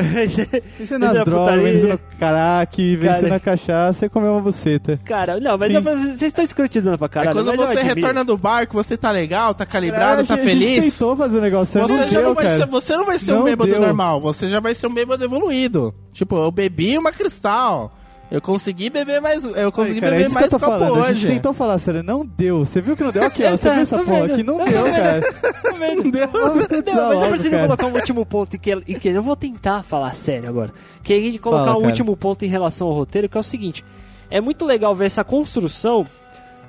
Speaker 3: Vencer nas drogas,
Speaker 1: putaria.
Speaker 3: vencer no caraque, vencer
Speaker 1: Cara.
Speaker 3: na cachaça e comer uma buceta.
Speaker 1: *laughs* Cara, não, mas
Speaker 3: Sim.
Speaker 1: é pra- vocês estão escrotizando pra
Speaker 4: É
Speaker 1: caralho.
Speaker 4: quando
Speaker 1: mas eu
Speaker 4: você
Speaker 1: admiro.
Speaker 4: retorna do barco, você tá legal, tá calibrado,
Speaker 3: a
Speaker 4: tá
Speaker 3: gente- A gente
Speaker 4: feliz.
Speaker 3: tentou fazer um negócio,
Speaker 4: Você
Speaker 3: não
Speaker 4: já
Speaker 3: deu,
Speaker 4: não vai
Speaker 3: cara.
Speaker 4: ser, você não vai ser um
Speaker 3: Não
Speaker 4: bêbado
Speaker 3: deu.
Speaker 4: normal, você já vai ser um bêbado evoluído. Tipo, eu bebi uma cristal. Eu consegui beber mais, eu consegui
Speaker 3: Aí, cara, é
Speaker 4: beber
Speaker 3: isso que eu
Speaker 4: mais
Speaker 3: tô
Speaker 4: copo
Speaker 3: falando. A
Speaker 4: hoje.
Speaker 3: gente tentou falar, sério, não deu. Você viu que não
Speaker 1: *laughs*
Speaker 3: deu? Aqui, ó, você
Speaker 1: Exato,
Speaker 3: viu essa
Speaker 1: tô
Speaker 3: porra
Speaker 1: vendo.
Speaker 3: aqui? Não
Speaker 1: Tô
Speaker 3: deu,
Speaker 1: vendo.
Speaker 3: cara. *laughs*
Speaker 4: Não deu.
Speaker 3: Vamos
Speaker 1: Não,
Speaker 3: descansar
Speaker 1: mas eu
Speaker 3: logo,
Speaker 1: preciso
Speaker 3: cara.
Speaker 1: colocar um último ponto e que, e que eu vou tentar falar sério agora. Que a gente colocar
Speaker 3: Fala,
Speaker 1: um
Speaker 3: cara.
Speaker 1: último ponto em relação ao roteiro, que é o seguinte: é muito legal ver essa construção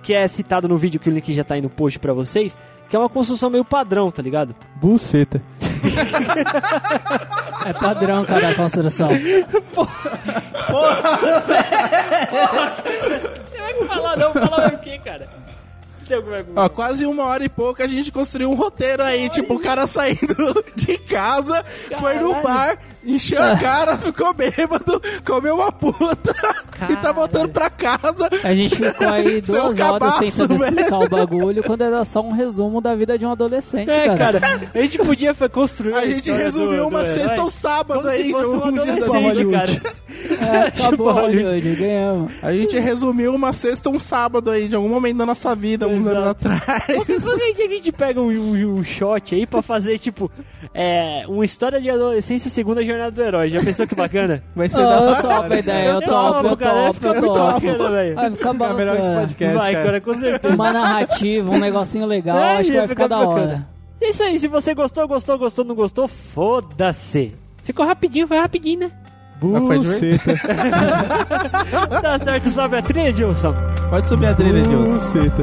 Speaker 1: que é citado no vídeo que o link já tá aí no post pra vocês, que é uma construção meio padrão, tá ligado?
Speaker 3: Buceta.
Speaker 8: É padrão, cara, a construção.
Speaker 1: É, Falar não, falar o quê, cara? Tem alguma coisa?
Speaker 4: Ó, quase uma hora e pouco a gente construiu um roteiro aí. Tipo, o cara saindo *laughs* de casa, foi no
Speaker 1: Caralho.
Speaker 4: bar,
Speaker 3: *laughs*
Speaker 4: encheu a cara, ficou bêbado, comeu uma puta *laughs* e tá
Speaker 1: Caralho.
Speaker 4: voltando pra casa.
Speaker 8: A gente ficou aí
Speaker 4: Isso é um
Speaker 8: duas horas
Speaker 4: cabaço,
Speaker 8: tentando
Speaker 4: velho.
Speaker 8: explicar o bagulho, quando era só um resumo da vida de um adolescente,
Speaker 1: É,
Speaker 8: cara.
Speaker 1: cara, a gente podia fa- construir.
Speaker 4: A
Speaker 1: uma
Speaker 4: gente
Speaker 1: história
Speaker 4: resumiu
Speaker 1: do-
Speaker 4: uma
Speaker 1: do
Speaker 4: sexta
Speaker 1: herói
Speaker 4: ou sábado
Speaker 1: como se
Speaker 4: aí.
Speaker 1: fosse
Speaker 4: um
Speaker 1: um
Speaker 4: dia da
Speaker 1: adolescente,
Speaker 4: Hollywood.
Speaker 1: cara.
Speaker 8: É,
Speaker 1: Tipo,
Speaker 8: acabou Hollywood, ganhamos.
Speaker 4: A gente resumiu uma sexta ou um sábado aí, de algum momento da nossa vida, alguns anos
Speaker 1: Exato.
Speaker 4: atrás. *laughs*
Speaker 1: Por que a gente pega um, um- um shot aí pra fazer, tipo, é, uma história de adolescência e segunda jornada do herói? Já pensou que bacana?
Speaker 4: Vai ser
Speaker 8: Ah,
Speaker 4: da
Speaker 8: eu
Speaker 4: hora.
Speaker 8: topo a ideia, eu topo, eu
Speaker 1: cara, é
Speaker 8: topo,
Speaker 1: fica
Speaker 8: eu
Speaker 1: muito
Speaker 8: topo.
Speaker 1: bacana, velho.
Speaker 8: Vai ficar
Speaker 3: É
Speaker 8: bom,
Speaker 3: melhor que esse
Speaker 8: cara.
Speaker 3: podcast,
Speaker 1: Vai,
Speaker 3: cara.
Speaker 1: cara, com
Speaker 8: *laughs*
Speaker 1: certeza.
Speaker 8: Uma narrativa, um negocinho legal,
Speaker 1: É,
Speaker 8: acho que
Speaker 1: ia
Speaker 8: vai ficar
Speaker 1: ficar
Speaker 8: da
Speaker 1: bacana.
Speaker 8: hora.
Speaker 1: É Isso aí, se você gostou, gostou, gostou, não gostou, foda-se. Ficou rapidinho, foi rapidinho, né?
Speaker 4: Mas foi de
Speaker 3: Buceta.
Speaker 1: Tá certo, sobe a trilha, Gilson.
Speaker 4: Pode subir a trilha, Deus.
Speaker 3: Buceta.